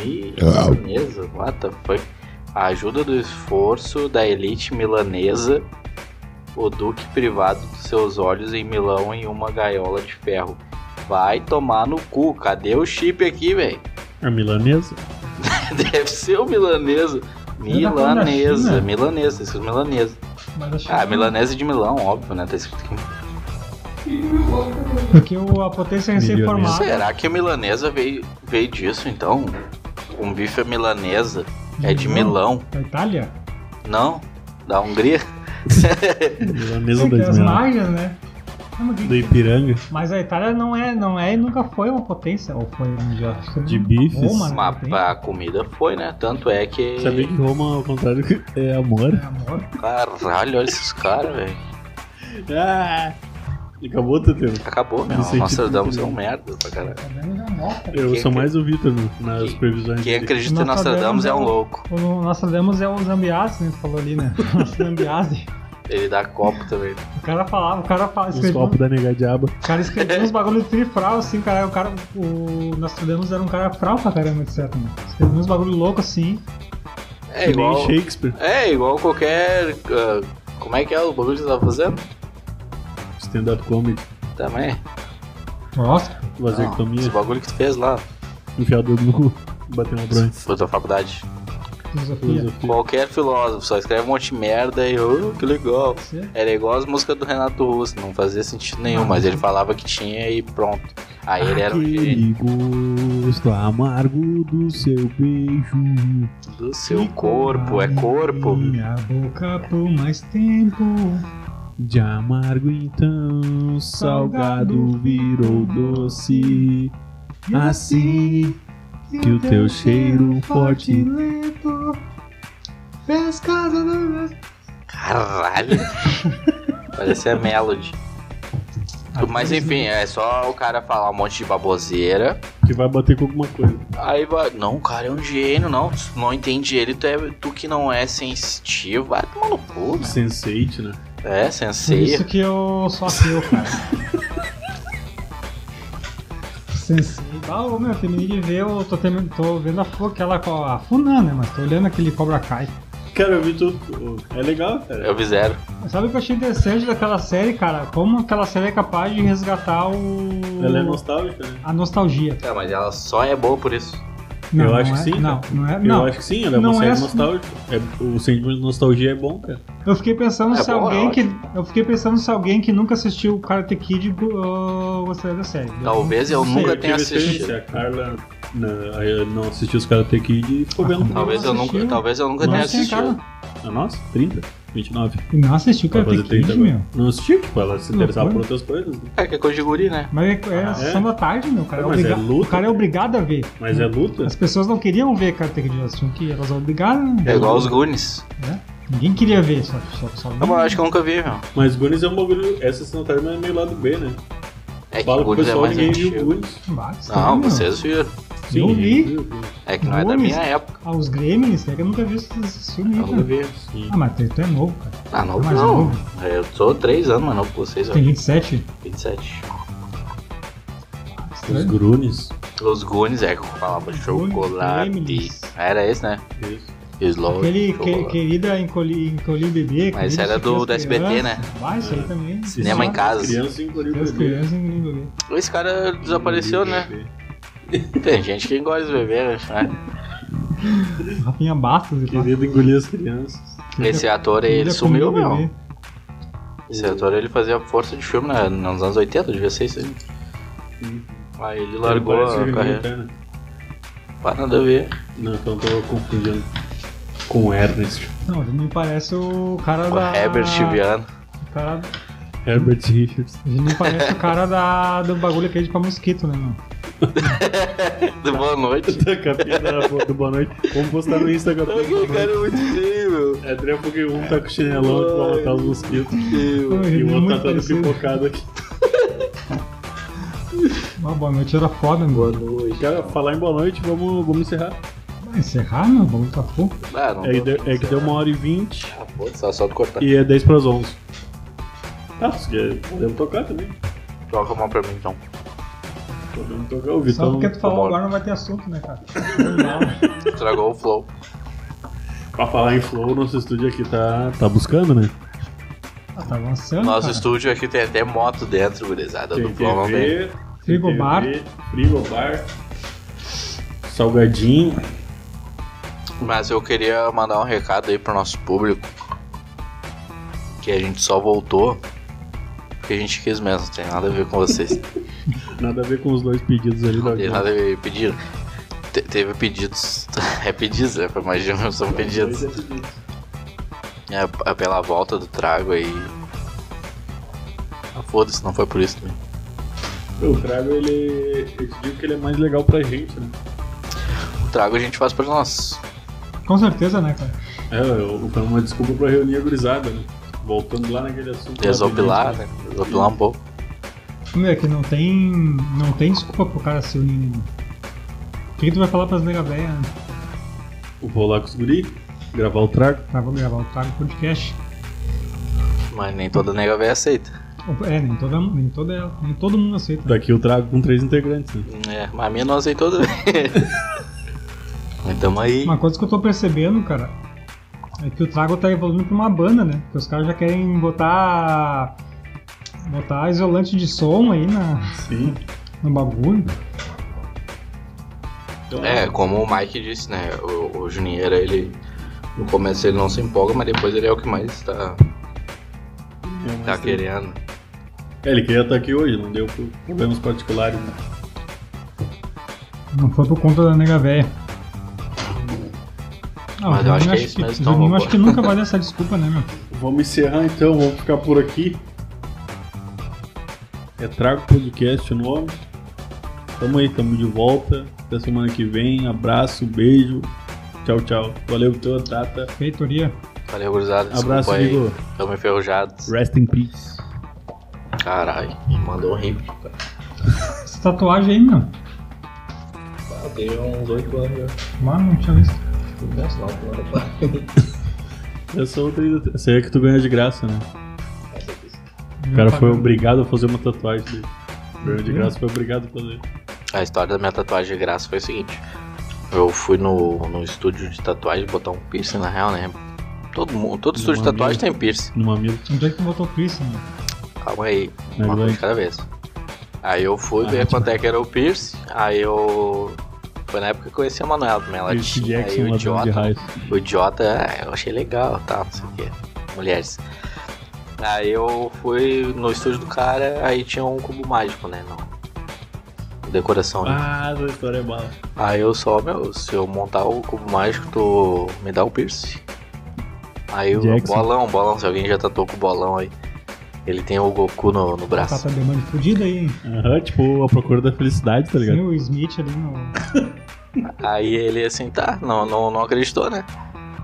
milanesa. What the fuck? A ajuda do esforço da elite milanesa, o duque privado dos seus olhos em Milão em uma gaiola de ferro. Vai tomar no cu. Cadê o chip aqui, velho?
A milanesa?
Deve ser o milaneso.
Ele tá falando da
Milanesa,
China?
milanesa, tá escrito milanesa.
Mas acho
Ah,
que-
milanesa de Milão, óbvio, né? Tá escrito aqui.
Porque o, a potência
Milionesa.
recém-formada.
Será que a milanesa veio, veio disso, então? Um bife é milanesa é de Milão?
Da Itália?
Não? Da Hungria?
Milanesa
Tem
da
É as
Esmeralda.
margens, né? Não, mas que-
Do Ipiranga.
Mas a Itália não é, não é e nunca foi uma potência. Ou foi um dia- acho que
De
Roma,
bifes.
né,
Mas
tem?
a comida foi, né? Tanto é que.
Sabia que Roma, ao contrário, é amor.
É, amor.
Caralho, olha esses caras, velho.
Ah! Acabou, Teteu.
Acabou, meu.
Isso aí que
Nostradamus é
fica,
um
né?
merda pra caralho.
Também tá já mostra.
Eu
Quem
sou
acre-
mais o Vitor no- nas
Quem-
previsões.
Quem é acredita em
Nostradamus
Nostradamus é um
é um-
louco.
O Nostradamus é o Zambiase, né? Tu falou ali, né? O Zambiase.
Ele dá copo também.
O cara falava, o cara
é?
falava,
Os
escreveu, um
copos da negadiaba.
o cara escreveu uns bagulho trifral, assim, cara, o cara, o Nostradamus era um cara fral pra caramba, etc, né? Escreveu uns bagulho louco, assim,
É
Que nem
igual.
Shakespeare.
É igual qualquer. ah, como é que é o bagulho que você tá fazendo?
Stand-up comedy.
Também.
nossa,
Não, Ah, esse
Vasectomia.
bagulho que tu fez lá.
Enfiar o dedo no cu. Bater uma bronha.
Foi tua faculdade.
filosofia,
Filosofia.
Qualquer filósofo só escreve um monte de merda e. Oh, que legal.
você,
Era igual as músicas do Renato Russo, não fazia sentido nenhum,
Não.
mas ele falava que tinha e pronto. Aí ele era um gênio
Aquele gosto amargo do seu beijo.
do seu corpo, é corpo.
Minha boca por mais tempo,
De amargo então, salgado virou doce. Assim que o teu cheiro forte.
lento, pescada no
Caralho! Parecia Melody. Mas enfim, é só o cara falar um monte de baboseira.
Que vai bater com alguma coisa.
Aí vai, não, o cara é um gênio, não. Tu não entende ele, tu, é, tu que não é sensitivo. Vai tomar no cu, né?
Sensate, né?
É,
Por
sensei.
isso que eu sou ateu, cara. Sensei. Ah, ô, meu, terminei de ver, eu tô, termi- tô vendo a, fo- aquela, co- a Funan, né? Mas tô olhando aquele Cobra Kai.
Cara, eu vi tudo. É legal, cara.
Eu vi zero.
Sabe o que eu achei interessante daquela série, cara? Como aquela série é capaz de resgatar o.
Ela é nostálgica, né?
a nostalgia.
Cara, mas ela só é boa por isso.
Não,
Eu
não
acho
é-
que sim, né?
Não, não é.
Eu
Não. Eu,
acho que sim, ela é uma
Não é
série
assim.
nostálgica. É- o sentimento de nostalgia é bom, cara.
fiquei pensando
É
se
boa,
alguém
eu
que. Eu fiquei pensando se alguém que nunca assistiu o Karate Kid go- gostaria da série.
Talvez eu
Sim,
nunca
tive
tenha
essa experiência.
assistido.
A Carla na- aí eu não assistiu os Karate Kid e ficou
Ah,
vendo.
Talvez eu
Assistiu.
nunca, talvez eu nunca tenha
Nossa, hein,
assistido.
cara?
Ah, nossa, 30, 29.
Não assistiu o
Vai
Karate
fazer
Kid,
30
meu.
agora. Não assistiu, tipo, ela se interessava por
Loucura.
outras coisas. né?
É que é coisa de guri, né?
Mas é, é
Ah, é?
sessão da tarde, meu. O cara é
Mas é
obriga-
luta,
o cara é
cara.
obrigado a ver.
Mas é luta.
As pessoas não queriam ver Karate Kid, elas tinham que. Elas obrigaram.
É igual os Goonies.
né? Ninguém queria ver, só. só, só
Não, mas eu acho que eu nunca vi, meu.
Mas Goonies é um bagulho. Essa sinatária é meio lado B, né?
É que
Fala pro
Goonies é
pessoal,
mais
ninguém viu
antigo.
Goonies.
Bah, isso
Não,
aí, Ah, né, meu.
vocês viram.
Eu vi.
viu, viu.
É que não é da
Goonies?
minha época.
Ah, os Gremlins, cara, eu nunca vi esse, esse filme aí,
Eu nunca
cara.
vi.
Sim.
Ah, mas tu tu é novo, cara.
Ah, não,
Mais
não.
novo?
Eu sou 3 anos, mano, com vocês, ó.
Tem 27.
27.
Os
Estranho.
Grunes.
Os Goonies é que eu falava chocolate.
Gremlins.
Era esse, né?
Isso.
Slow.
Aquele que-
chocolate.
querida encolhi, encolhi o bebê.
Mas
querida
era
Chiquinha
do-
as
do SBT,
Crianças. Ah, isso aí
É.
também.
Cinema em casa.
Criança encolheu
As
bebê.
crianças encolhem o bebê.
Esse cara desapareceu, né? Tem gente que engole os bebês, né?
Rafinha Bastos e tal.
Querido engolir as crianças.
Esse ator aí, ele
Querida
sumiu,
comida o
meu.
bebê.
Esse ator ele fazia força de filme na- nos anos 80, devia ser isso aí. Aí ele largou
Parece
a
Jimmy
carreira.
Neutron, né?
Para nada a ver.
Não, então tô confundindo com o Ernest.
Não, ele me parece o cara
O
da.
Herbert Viana.
o cara-
Herbert Richards.
Ele me parece o cara da, do bagulho aquele de pra mosquito, né, meu?
Boa noite.
da capinha da Tá foto do Boa Noite. Vamos postar no Insta a capinha do Boa Noite.
é muito incrível.
É trem porque um tá com chinelão aqui pra matar os mosquitos e
Ele
o
é
outro tá todo
muito parecido.
pipocado aqui.
Uma Ah, boa noite era foda, meu.
Boa noite.
Cara, falar em Boa Noite, vamos, vamos encerrar.
Tá
Vai encerrar, meu? O bagulho tá pouco.
Ah, não.
É, que deu- é que deu uma hora e vinte
Ah, pô, só, só tu cortar.
e é 10 pras 11. Ah, se quer, podemos tocar também.
Troca uma pra mim então.
Podemos tocar o
Só
Vitão.
porque tu falou
tomou.
agora não vai ter assunto, né, cara?
Estragou o flow.
Pra falar em flow, nosso estúdio aqui tá, tá buscando, né?
Ah, tá avançando.
Nosso
cara.
estúdio aqui tem até moto dentro, gurizada. Do
Tem
flow não tem.
TV,
Frigobar.
tem TV, Frigobar, Salgadinho.
Mas eu queria mandar um recado aí pro nosso público. Que a gente só voltou. Porque a gente quis mesmo, não tem nada a ver com vocês.
Nada a ver com os dois pedidos ali
Não tem
da
nada a ver, pediram. Te- teve pedidos. É pedidos, né? Imagina, são pedidos. É, p- pela volta do trago aí. Ah, foda-se, não foi por isso também.
O Trago, ele. Eu te digo que ele é mais legal pra gente, né?
O trago a gente faz pra nós.
Com certeza, né, cara?
É, eu, foi uma desculpa pra reunir a gurizada, né? Voltando lá naquele assunto.
Desopilar,
né?
né? Desopilar um pouco.
Meu, é que não tem. Não tem desculpa pro cara ser unir, né? O que, que tu vai falar pras nega véia? né?
Eu Vou lá com os guri, gravar o Trago.
Tá, vou gravar o Trago Podcast.
Mas nem toda nega véia aceita.
É, nem toda, nem toda ela. Nem todo mundo aceita.
Daqui o Trago com três integrantes, né?
É, mas a minha não aceitou também. Mas tamo aí.
Uma coisa que eu tô percebendo, cara, é que o Trago tá evoluindo pra uma banda, né? Que os caras já querem botar. botar isolante de som aí na,
Sim.
no bagulho.
Então,
É, como o Mike disse, né? O, o Junieira, ele. No começo ele não se empolga, mas depois ele é o que mais tá,
é,
tá
mas-
querendo.
É, ele queria estar aqui hoje, não deu por problemas particulares, né?
Não foi por conta da nega véia. Ah, Não,
Mas eu acho
Juninho
que é isso mesmo, então,
Juninho
vamos
acho que nunca vai dar essa desculpa, né, meu?
Vamos encerrar então, vamos ficar por aqui. É Trago Podcast o nome. Tamo aí, tamo de volta. Até semana que vem. Abraço, beijo. Tchau, tchau. Valeu, Vitor, Tata.
Feitoria.
Valeu, gurizada. Desculpa
Abraço,
aí.
Igor.
Tamo enferrujados.
Rest in peace.
Caralho, me mandou um hip.
Essa tatuagem aí, meu.
Eu tenho Ah, uns 8 anos já.
Mano, não tinha visto.
Começo lá, claro.
Essa outra ainda. Essa aí é que tu ganha de graça, né?
Meu
O cara
pai,
foi um-
meu.
obrigado a fazer uma tatuagem dele. Ganhou de graça, foi obrigado a fazer.
A história da minha tatuagem de graça foi o seguinte. Eu fui no, no estúdio de tatuagem botar um piercing na real, né? Todo mundo, todo estúdio de
Uma
tatuagem
amiga.
tem piercing.
No mamilo.
Onde é que tu botou o piercing? mano?
Calma aí,
Na
uma coisa de
glande.
cada vez. Aí eu fui
Ah,
ver
tipo-
quanto é que era o piercing, aí eu... Foi na época que eu conheci a Manuela também, ela
Percy
tinha, aí
Jackson,
o
ladrão de
idiota,
raios.
o idiota, ah, eu achei legal, tá, não sei o que, mulheres. Aí eu fui no estúdio do cara, aí tinha um cubo mágico, né, não, decoração, né.
Ah, essa história é bala.
Aí eu só, meu, se eu montar o cubo mágico, tu me dá o piercing. Aí o
Jackson.
bolão, bolão, se alguém já tatuou com o bolão aí. Ele tem o Goku no, no braço.
Tá demanda fodida aí, hein?
Aham, tipo, a procura da felicidade, tá
Sim,
ligado?
o Smith ali no.
Aí ele assim, tá, não, não, não acreditou, né?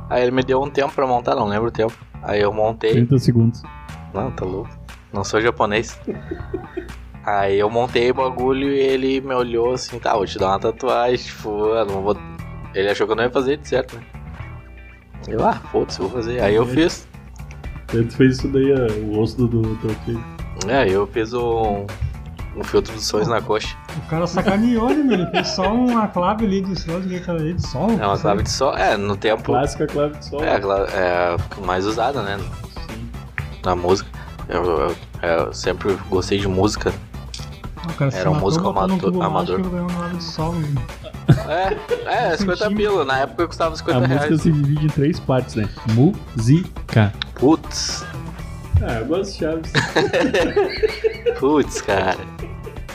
Aí ele me deu um tempo pra montar, não lembro o tempo. Aí eu montei.
30 segundos.
Não, tá louco. Não sou japonês. Aí eu montei o bagulho e ele me olhou assim, tá, vou te dar uma tatuagem, tipo, ah, não vou. Ele achou que eu não ia fazer de certo, né? Eu, ah, foda-se, eu vou fazer. Aí eu fiz.
Aí tu fez isso daí, ó, o rosto do, do teu filho.
É, eu fiz um, um filtro dos sonhos na coxa.
O cara sacaneou, né, meu? Ele fez só uma clave ali de sol, de cara ali de sol.
É uma clave de sol. É, no tempo.
Clássica clave de sol.
É, a cla- é a mais usada, né?
Sim.
Na música. Eu, eu- é, eu sempre gostei de música.
O cara se
Era um
matou,
músico
botou num
amato-
cubo mágico
amador.
e ganhou uma clave de sol, né?
É, é, 50 pila. Na época custava
A
50
música
reais.
se divide em três partes, né? Música.
Putz,
Ah, eu gosto de Chaves.
putz, cara.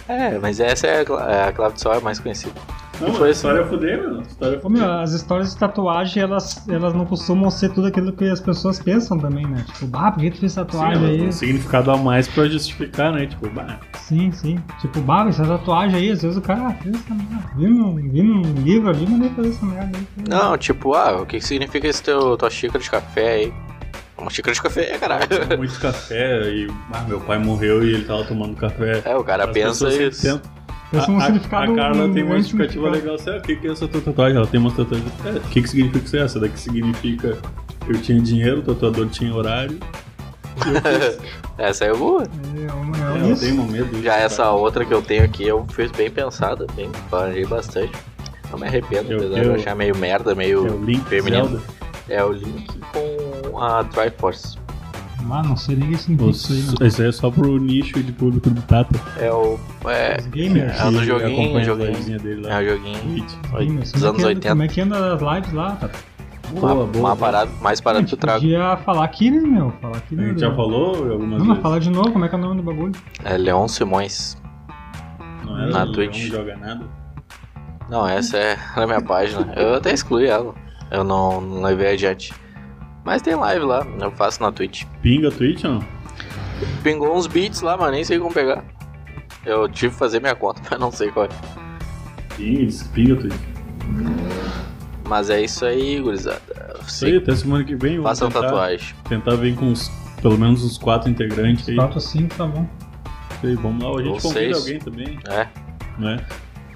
É, mas essa é a, cla- é a clave de sol é a mais conhecida.
Não, mano,
Foi
a
assim.
história é fuder, mano. A história é
Ô, meu,
fuder.
as histórias de tatuagem, elas, elas não costumam ser tudo aquilo que as pessoas pensam também, né? Tipo, bah, por que tu fez tatuagem
é
Sim,
aí?
um significado a mais pra justificar, né? Tipo, bah,
Sim, sim. Tipo, bah, essa tatuagem aí, às vezes o cara ah, fez essa merda. Vi num, vi num livro ali, mas nem fazer essa merda. aí.
Não, tipo, ah, o que que significa esse teu, tua xícara de café aí? Uma xícara de café, é, caralho.
tomo muito café e ah, meu pai morreu e ele tava tomando café.
É, o cara
As
pensa
pessoas sempre
isso.
tentam.
Pensa num
a, a,
é um significado.
a Carla tem uma
um
justificativa
significado.
legal. Sério, o que, que é essa tua tatuagem? Ela tem uma tatuagem. É, o que, que significa isso? Essa daqui significa eu tinha dinheiro, o tatuador tinha horário.
Essa é boa.
É, uma- é
Ela
isso.
tem um medo. disso,
Já
cara.
essa outra que eu tenho aqui, eu fiz bem pensada, bem, planejei bastante. Não me arrependo,
Eu-
apesar de eu
eu-
achar meio merda,
É
meio.
o Link
Feminino.
Zelda.
É o link com a Triforce.
Ah, não sei nem o que significa isso aí, né?
Os- Isso aí é só pro nicho de público do Tata.
É o. É,
né? Os gamers.
É do
Que
joguinho,
acompanha a
joguinho.
livezinha dele
é
lá.
o joguinho
Twitch.
gamers.
dos
Como é
anos
que anda-
80.
Como é que anda as lives lá? Tá?
Boa,
uma-
boa.
uma parada- mais parada que eu trago.
Podia falar aqui, né, meu? Falar aqui,
A
né?
gente já
do-
falou algumas
Não, mas
vezes.
falar de novo, como é que é o nome do bagulho?
É Leon Simões.
Não era
Na
o
Twitch.
Leão joga nada.
Não, essa é na minha página. Eu até excluí ela. Eu não, não levei adiante. Mas tem live lá, eu faço na Twitch.
Pinga a Twitch ou não?
Pingou uns beats lá, mas nem sei como pegar. Eu tive que fazer minha conta, mas não sei qual é.
Pinga, diz, pinga a Twitch.
Mas é isso aí, gurizada.
Isso
Sim,
aí, até semana que vem. vamos
façam
tentar-
tatuagem.
Tentar vir com uns, pelo menos uns quatro integrantes aí.
4 5, tá bom.
Isso aí, Vamos lá, a gente
Ou
convida
seis.
alguém também,
É.
né?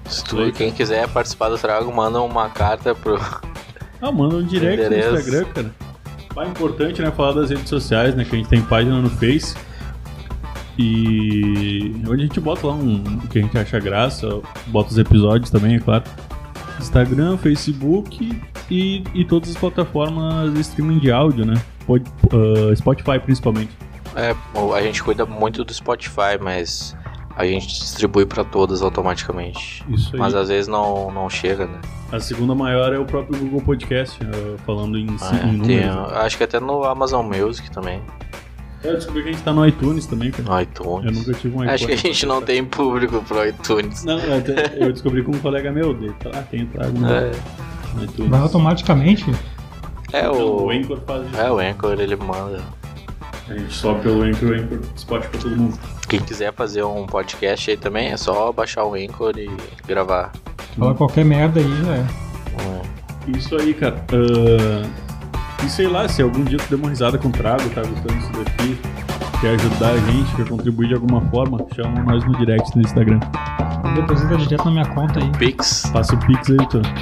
Se tu, quem quiser participar do trago, manda uma carta pro.
Ah, manda um direct no
Endereço.
Instagram, cara. Ah, É importante, né, falar das redes sociais, né, que a gente tem página no Face. E onde a gente bota lá um o que a gente acha graça, bota os episódios também, é claro. Instagram, Facebook e, e todas as plataformas de streaming de áudio, né? Pod- ah, Spotify principalmente.
É, o- a gente cuida muito do Spotify, mas a gente distribui pra todas automaticamente.
Isso aí.
Mas às vezes não, não chega, né?
A segunda maior é o próprio Google Podcast, ah, falando em,
Ah,
ci- em
é, tem-
números. né?
acho que até no Amazon Music também,
Eu descobri que a gente tá no iTunes também, cara.
no
Eu
iTunes.
nunca tive um iPhone.
Ah, Acho que a gente não tem público pro iTunes.
Não, eu te- eu descobri com um colega meu, dele tá lá, tem trago no,
É,
no iTunes.
Vai um automaticamente?
é
Então,
o.
o Anchor faz isso.
É o Anchor, ele manda. É.
A gente sobe pelo Anchor, o Anchor spot pra todo mundo.
Quem quiser fazer um podcast aí também, é só baixar o Anchor e gravar.
Fala qualquer merda aí, né? velho.
Hum.
Isso aí, cara. Ah, e sei lá, se algum dia tu deu uma risada com o trago, tá gostando disso daqui, quer ajudar a gente, quer contribuir de alguma forma, chama nós no direct no Instagram.
Deposita direto na minha conta aí.
Pix.
Passa o Pix aí, tu. Deixa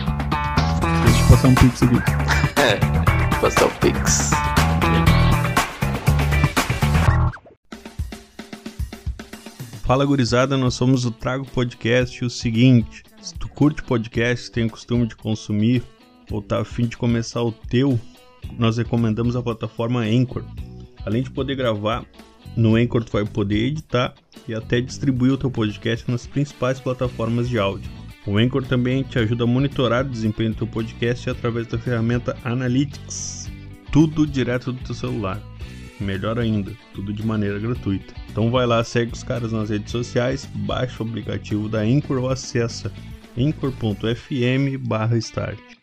eu te passar um Pix aqui.
Passar o Pix.
Fala gurizada, nós somos o Trago Podcast e o seguinte, se tu curte podcast, tem o costume de consumir ou tá afim de começar o teu,
nós recomendamos a plataforma Anchor. Além de poder gravar no Anchor, tu vai poder editar e até distribuir o teu podcast nas principais plataformas de áudio. O Anchor também te ajuda a monitorar o desempenho do teu podcast através da ferramenta Analytics. Tudo direto do teu celular. Melhor ainda, tudo de maneira gratuita. Então vai lá, segue os caras nas redes sociais, baixa o aplicativo da Anchor ou acessa anchor.fm/start.